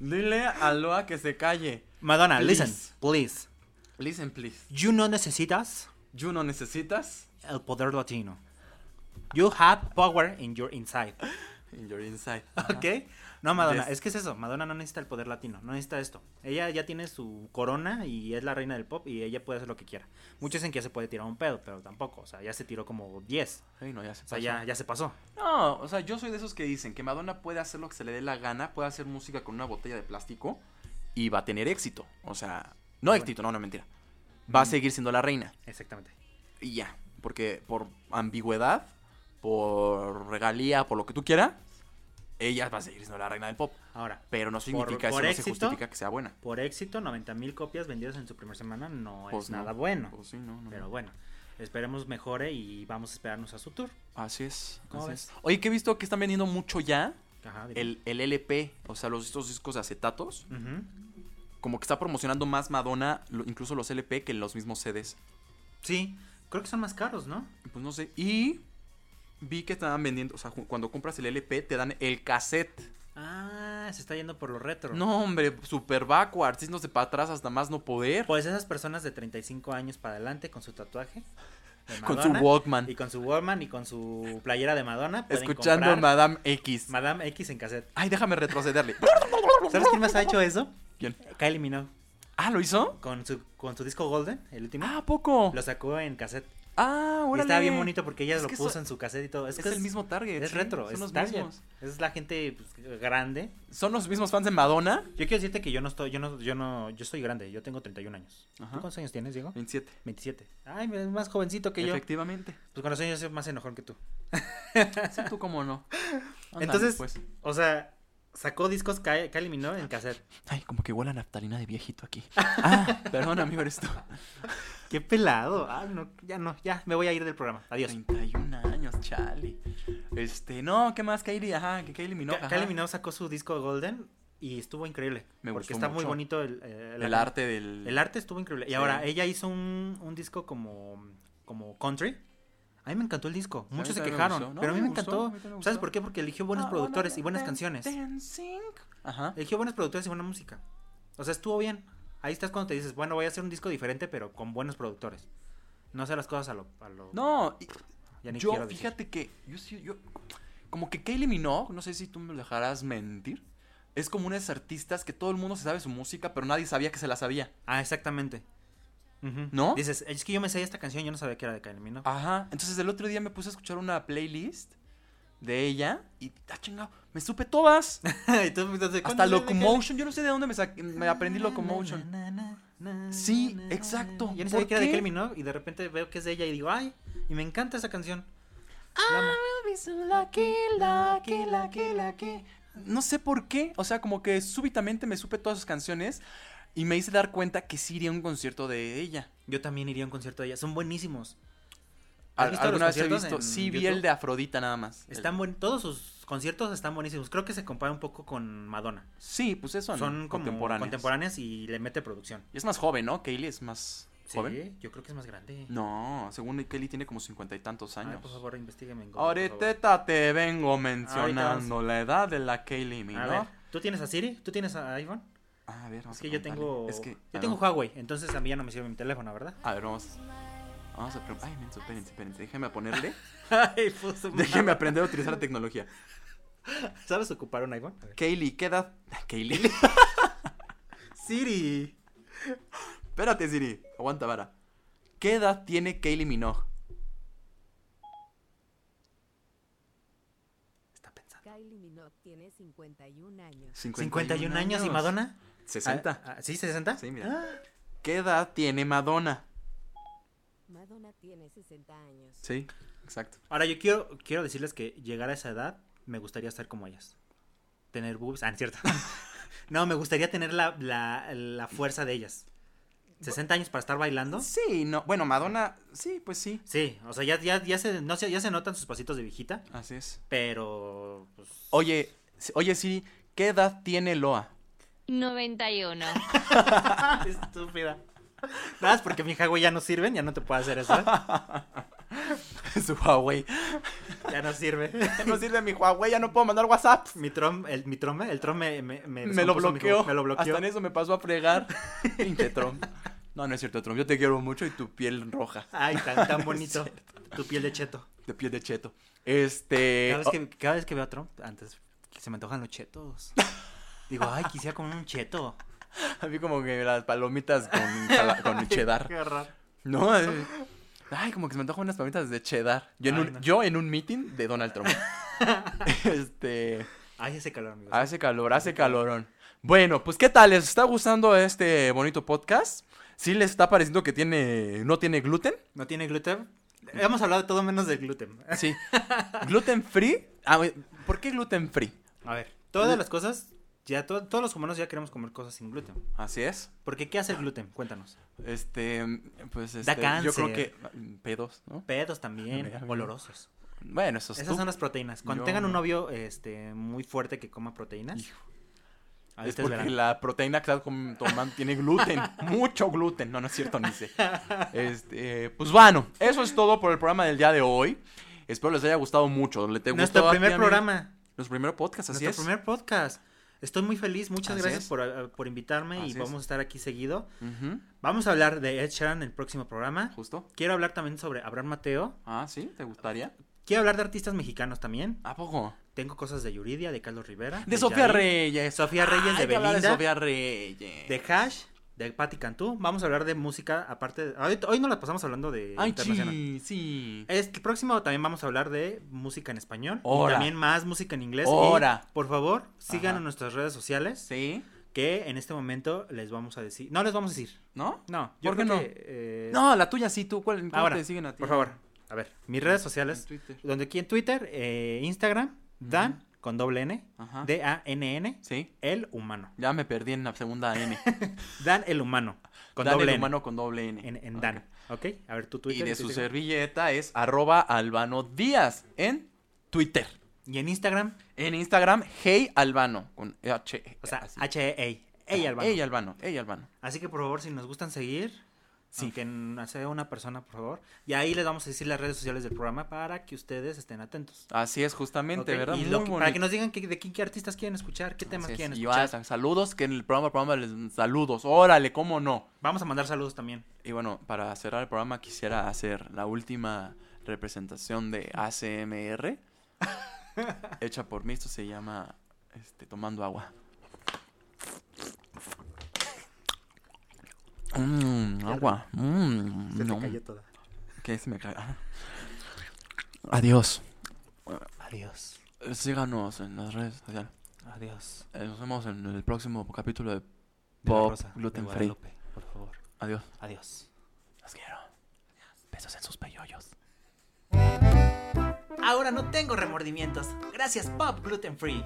S1: Dile a Loa que se calle.
S2: Madonna,
S1: Please.
S2: listen, please.
S1: Listen, please.
S2: You no necesitas
S1: You no necesitas.
S2: el poder latino. You have power in your inside.
S1: In your inside. Ah,
S2: ¿Ok? No, Madonna,
S1: Yes.
S2: es que es eso. Madonna no necesita el poder latino, no necesita esto. Ella ya tiene su corona y es la reina del pop y ella puede hacer lo que quiera. Muchos dicen que ya se puede tirar un pedo, pero tampoco. O sea, ya se tiró como 10.
S1: Ay, no, ya se
S2: O sea,
S1: pasó.
S2: ya, ya se pasó.
S1: No, o sea, yo soy de esos que dicen que Madonna puede hacer lo que se le dé la gana, puede hacer música con una botella de plástico y va a tener éxito. O sea, no éxito, no, no, mentira.
S2: Mm.
S1: Va a seguir siendo la reina.
S2: Exactamente.
S1: Y ya. Porque por ambigüedad, por regalía, por lo que tú quieras, ella va a seguir siendo la reina del pop.
S2: Ahora,
S1: Pero no significa, eso
S2: por
S1: no se
S2: éxito,
S1: justifica que sea buena.
S2: por éxito, 90 mil copias vendidas en su primera semana no
S1: Pues
S2: es
S1: no,
S2: nada bueno.
S1: pues sí, no, no,
S2: Pero
S1: no.
S2: bueno, esperemos mejore y vamos a esperarnos a su tour.
S1: Así es.
S2: ¿Cómo
S1: así
S2: ves?
S1: es. Oye, que he visto que están vendiendo mucho ya
S2: Ajá, dime.
S1: el, el LP, o sea, los, estos discos de acetatos.
S2: Ujú.
S1: Como que está promocionando más Madonna, lo- incluso los LP, que los mismos CDs.
S2: Sí, creo que son más caros, ¿no?
S1: Pues no sé. Y vi que estaban vendiendo, o sea, ju- cuando compras el LP te dan el cassette.
S2: Ah, se está yendo por lo retro.
S1: No, hombre, super backwards, yéndose para atrás hasta más no poder.
S2: Pues esas personas de 35 años para adelante con su tatuaje. de
S1: Con su
S2: Madonna,
S1: Walkman.
S2: Y con su Walkman y con su playera de Madonna. pueden
S1: Escuchando a
S2: comprar
S1: Madame X.
S2: Madame X en cassette.
S1: Ay, déjame retrocederle.
S2: ¿Sabes quién más ha hecho eso?
S1: ¿Quién?
S2: Kylie Minogue.
S1: Ah, ¿lo hizo?
S2: Con su, con su disco Golden, el último.
S1: Ah, ¿a poco.
S2: Lo sacó en cassette.
S1: Ah,
S2: Y
S1: órale.
S2: estaba bien bonito porque ella
S1: Es
S2: lo
S1: que
S2: puso
S1: eso-
S2: en su cassette y todo.
S1: Es,
S2: Es, que
S1: el mismo target.
S2: Es
S1: sí,
S2: retro,
S1: son
S2: es
S1: los
S2: target.
S1: mismos.
S2: Es la gente pues, grande.
S1: Son los mismos fans de Madonna.
S2: Yo quiero decirte que yo no estoy, yo no, yo no, yo soy grande, yo tengo 31 años. ¿Tú
S1: Ajá.
S2: cuántos años tienes, Diego?
S1: 27.
S2: 27. Ay, mira, es más jovencito que yo.
S1: Efectivamente.
S2: Pues con los años soy más enojón que tú.
S1: Sí, tú cómo no. Ándale,
S2: Entonces,
S1: pues.
S2: o sea, sacó discos que, que eliminó en cassette.
S1: Ay, como que huele a naftalina de viejito aquí. Ah, perdón, amigo, eres tú.
S2: Qué pelado. Ah, no, ya no, ya, me voy a ir del programa. Adiós.
S1: 31 años, chale. Este, no, ¿qué más, Kylie? Ajá, que Kylie Minogue.
S2: Kylie
S1: ajá.
S2: Minogue sacó su disco Golden y estuvo increíble.
S1: Me
S2: porque
S1: gustó
S2: está muy
S1: mucho.
S2: bonito el, eh,
S1: El arte del...
S2: El arte estuvo increíble. Y
S1: Sí.
S2: ahora, ella hizo un, un disco como, como country. A mí me encantó el disco.
S1: mí
S2: Muchos se
S1: también me
S2: quejaron.
S1: gustó. No,
S2: pero a mí
S1: me
S2: me
S1: gustó, a mí
S2: encantó.
S1: también me
S2: ¿Sabes
S1: gustó.
S2: por qué? Porque eligió buenos productores y buenas canciones.
S1: Ah, Dancing. Ajá.
S2: Eligió buenos productores y buena música. O sea, estuvo bien. Ahí estás cuando te dices, bueno, voy a hacer un disco diferente, pero con buenos productores. No hacer las cosas a lo. a lo-
S1: No, y-
S2: ya ni
S1: yo,
S2: quiero decir.
S1: fíjate que... Yo, sí- yo, como que Kylie Minogue, no sé si tú me dejarás mentir, es como unas artistas que todo el mundo se sabe su música, pero nadie sabía que se la sabía.
S2: Ah, exactamente. Ujú.
S1: ¿No?
S2: Dices, es que yo me sé esta canción, yo no sabía que era de Kylie Minogue.
S1: Ajá. Entonces el otro día me puse a escuchar una playlist de ella y ah, chingado, me supe todas.
S2: Y tú, pues, entonces,
S1: Ah. Hasta
S2: ¿cuándo es de Ah, Kylie?
S1: Locomotion, yo no sé de dónde me, sa- me aprendí Locomotion.
S2: Na, na, na, na. na,
S1: Sí,
S2: na, na,
S1: exacto.
S2: na. Yo
S1: ¿Por
S2: no sabía que era de
S1: qué?
S2: Kelvin, ¿no? Y de repente veo que es de ella y digo, ay, y me encanta esa canción.
S1: Ah.
S2: La amo.
S1: No sé por qué, o sea, como que súbitamente me supe todas sus canciones y me hice dar cuenta que sí iría a un concierto de ella.
S2: Yo también iría a un concierto de ella, son buenísimos. ¿Has
S1: Al-
S2: visto los
S1: ¿Alguna vez he
S2: conciertos
S1: visto?
S2: en
S1: Sí, vi
S2: YouTube?
S1: el de Afrodita nada más.
S2: Están
S1: El-
S2: buen, todos sus conciertos están buenísimos. Creo que se compara un poco con Madonna.
S1: Sí, pues eso,
S2: Son,
S1: ¿no?
S2: como
S1: contemporáneos.
S2: contemporáneas. y le mete producción.
S1: Y es más joven, ¿no? Kaylee es más
S2: Sí,
S1: joven.
S2: yo creo que es más grande.
S1: No, según Kaylee tiene como cincuenta y tantos
S2: Ay, pues,
S1: años.
S2: por favor, investigame. en Google, por favor.
S1: Ahorita te vengo
S2: Ahorita
S1: mencionando la edad de la Kaylee,
S2: A
S1: ¿no?
S2: ver, ¿tú tienes a Siri? ¿Tú tienes a iPhone?
S1: A ver, vamos
S2: Es
S1: a
S2: que yo
S1: preguntarle.
S2: tengo.
S1: Es que-
S2: yo
S1: a
S2: tengo
S1: ver,
S2: Huawei, entonces a mí ya no me sirve mi teléfono, ¿verdad?
S1: A ver, vamos. Vamos a preguntar. Ay, menso, espérense, espérense. Déjame ponerle.
S2: Ay, pues, su madre.
S1: Déjeme aprender a utilizar la tecnología.
S2: ¿Sabes ocupar un iPhone? A ver.
S1: Kaylee, ¿qué edad? Kaylee.
S2: Siri.
S1: Espérate, Siri. Aguanta, vara. ¿Qué edad tiene Kaylee Minogue?
S2: Está pensando.
S5: Kylie Minogue tiene 51 años.
S2: 51 años y Madonna.
S1: 60.
S2: Ah, ah, ¿Sí, 60?
S1: Sí, mira. ¿Qué edad tiene Madonna?
S5: Madonna tiene 60 años.
S1: Sí, exacto.
S2: Ahora yo quiero, quiero decirles que llegar a esa edad me gustaría estar como ellas. Tener boobs. Ah, no es cierto. no, me gustaría tener la, la, la fuerza de ellas. 60 años para estar bailando.
S1: Sí, no. Bueno, Madonna, sí, pues sí.
S2: Sí, o sea, ya, ya, ya, se, no, se- ya se notan sus pasitos de viejita,
S1: Así es.
S2: pero... Pues,
S1: Oye, s- oye Siri, ¿qué edad tiene Loa?
S4: 91.
S2: estúpida. Nada más porque mi Huawei ya no sirven, ya no te puedo hacer eso. ¿eh?
S1: Su Huawei.
S2: Ya no sirve.
S1: No sirve mi Huawei, ya no puedo mandar WhatsApp.
S2: Mi Trom, el, mi Trome, el Trom me, me, me
S1: Me lo
S2: descompuso mi
S1: bloqueó.
S2: Huawei, Me lo bloqueó.
S1: Hasta en eso me pasó a fregar. Pinche Trump. No, no es cierto, Trump. Yo te quiero mucho y tu piel roja.
S2: Ay, tan, tan bonito. tu piel de cheto.
S1: De piel de cheto. Este.
S2: Cada vez, que, cada vez que veo a Trump, antes que se me antojan los chetos. Digo, ay, quisiera comer un cheto.
S1: oh, a mí como que las palomitas con, jala- con cheddar.
S2: raro.
S1: No, eh, ay, como que se me antojan unas palomitas de cheddar. Yo en,
S2: Ay,
S1: un,
S2: no.
S1: yo en un meeting de Donald Trump. este.
S2: Ay, ese calor, amigos.
S1: Hace calor, hace calorón. Bueno, pues qué tal, ¿les está gustando este bonito podcast? ¿Sí les está pareciendo que tiene no tiene gluten?
S2: ¿No tiene gluten? Hemos hablado todo menos del gluten.
S1: Sí. ¿Gluten free? Ah, oye, ¿Por qué gluten free?
S2: A ver, todas las cosas, ya to- todos los humanos ya queremos comer cosas sin gluten.
S1: Así es.
S2: Porque, ¿qué hace el gluten? Cuéntanos.
S1: Este, pues este,
S2: Da
S1: yo creo
S2: cáncer.
S1: que pedos, ¿no?
S2: Pedos también,
S1: Mira, mira.
S2: olorosos.
S1: Bueno, eso es
S2: Esas son las proteínas. Cuando
S1: Yo
S2: tengan un
S1: no.
S2: novio este, muy fuerte que coma proteínas,
S1: Hijo.
S2: ahí
S1: Ah, es
S2: ustedes
S1: porque
S2: verán.
S1: la proteína que estás com- tomando tiene gluten, mucho gluten, no, no es cierto, ni sé. Este, pues bueno, eso es todo por el programa del día de hoy. Espero les haya gustado mucho. ¿Le te gustó
S2: Nuestro
S1: a ti,
S2: primer
S1: amigo?
S2: programa.
S1: Nuestro primer podcast, así
S2: nuestro
S1: es.
S2: primer podcast. Estoy muy feliz, muchas
S1: Así
S2: gracias
S1: es.
S2: por, eh, por invitarme
S1: Así
S2: y
S1: es.
S2: vamos a estar aquí seguido.
S1: Ujú,
S2: Vamos a hablar de Ed Sheeran en el próximo programa.
S1: Justo.
S2: Quiero hablar también sobre Abraham Mateo.
S1: Ah, sí, ¿te gustaría?
S2: Quiero hablar de artistas mexicanos también.
S1: ¿A poco?
S2: Tengo cosas de Yuridia, de Carlos Rivera.
S1: De Sofía
S2: Yair,
S1: Reyes.
S2: Pues Sofía Reyes,
S1: Hay
S2: de
S1: que hablar
S2: Belinda.
S1: de Sofía Reyes.
S2: De Hash, de Patti Cantú. Vamos a hablar de música aparte. de- Hoy, hoy no la pasamos hablando de
S1: Ay,
S2: internacional.
S1: sí, sí.
S2: Este próximo también vamos a hablar de música en español.
S1: Ora.
S2: Y también más música en inglés. Y,
S1: Ora.
S2: por favor, sigan
S1: Ajá.
S2: en nuestras redes sociales.
S1: Sí,
S2: que en este momento les vamos a decir. No les vamos a decir.
S1: ¿no?
S2: No, yo
S1: ¿Por
S2: creo
S1: qué no?
S2: que, eh,
S1: No, la tuya sí, tú. ¿Cuál, cómo
S2: ahora,
S1: te siguen a ti?
S2: Por favor, a ver, mis redes sociales.
S1: En Twitter.
S2: Donde aquí en Twitter, eh, Instagram, Dan con doble N,
S1: Ajá.
S2: D-A-N-N,
S1: Sí,
S2: el humano.
S1: ya me perdí en la segunda N.
S2: Dan el humano. Con
S1: Dan
S2: doble
S1: el
S2: N.
S1: humano con doble N.
S2: En, en
S1: Ok.
S2: Dan. ¿Ok? A ver, tu
S1: Y
S2: Twitter.
S1: de
S2: tu
S1: su
S2: Instagram.
S1: servilleta es arroba albano díaz en Twitter.
S2: Y en Instagram,
S1: En Instagram, hey albano. Con H. E.
S2: o sea, E,
S1: así.
S2: H-E-A. Ella, Albano.
S1: Hey albano, hey albano.
S2: Así que por favor, si nos gustan seguir,
S1: Sí.
S2: sí. que n- sea una persona, por favor. Y ahí les vamos a decir las redes sociales del programa para que ustedes estén atentos.
S1: Así es, justamente,
S2: Ok,
S1: ¿verdad?
S2: y
S1: Muy
S2: lo que- para
S1: bonito.
S2: que nos digan qué- de qué, qué artistas quieren escuchar, qué temas
S1: Así es,
S2: quieren
S1: y
S2: escuchar.
S1: hasta saludos, que en el programa, programa les saludos. Órale, cómo no.
S2: Vamos a mandar saludos también.
S1: Y bueno, para cerrar el programa quisiera hacer la última representación de ACMR. hecha por mí, esto se llama este, Tomando Agua. Mm, agua. Mm, no.
S2: toda.
S1: ¿Qué se me cayó? Ah. Adiós.
S2: Adiós.
S1: Síganos en las redes sociales.
S2: Adiós.
S1: Eh, Nos vemos en el próximo capítulo de
S2: De la
S1: Pop
S2: Rosa, de
S1: Gluten Free.
S2: Guadalupe.
S6: por favor.
S1: Adiós.
S6: Adiós.
S1: Los quiero. Besos en sus peyoyos.
S2: Ahora no tengo remordimientos. Gracias, Pop Gluten Free.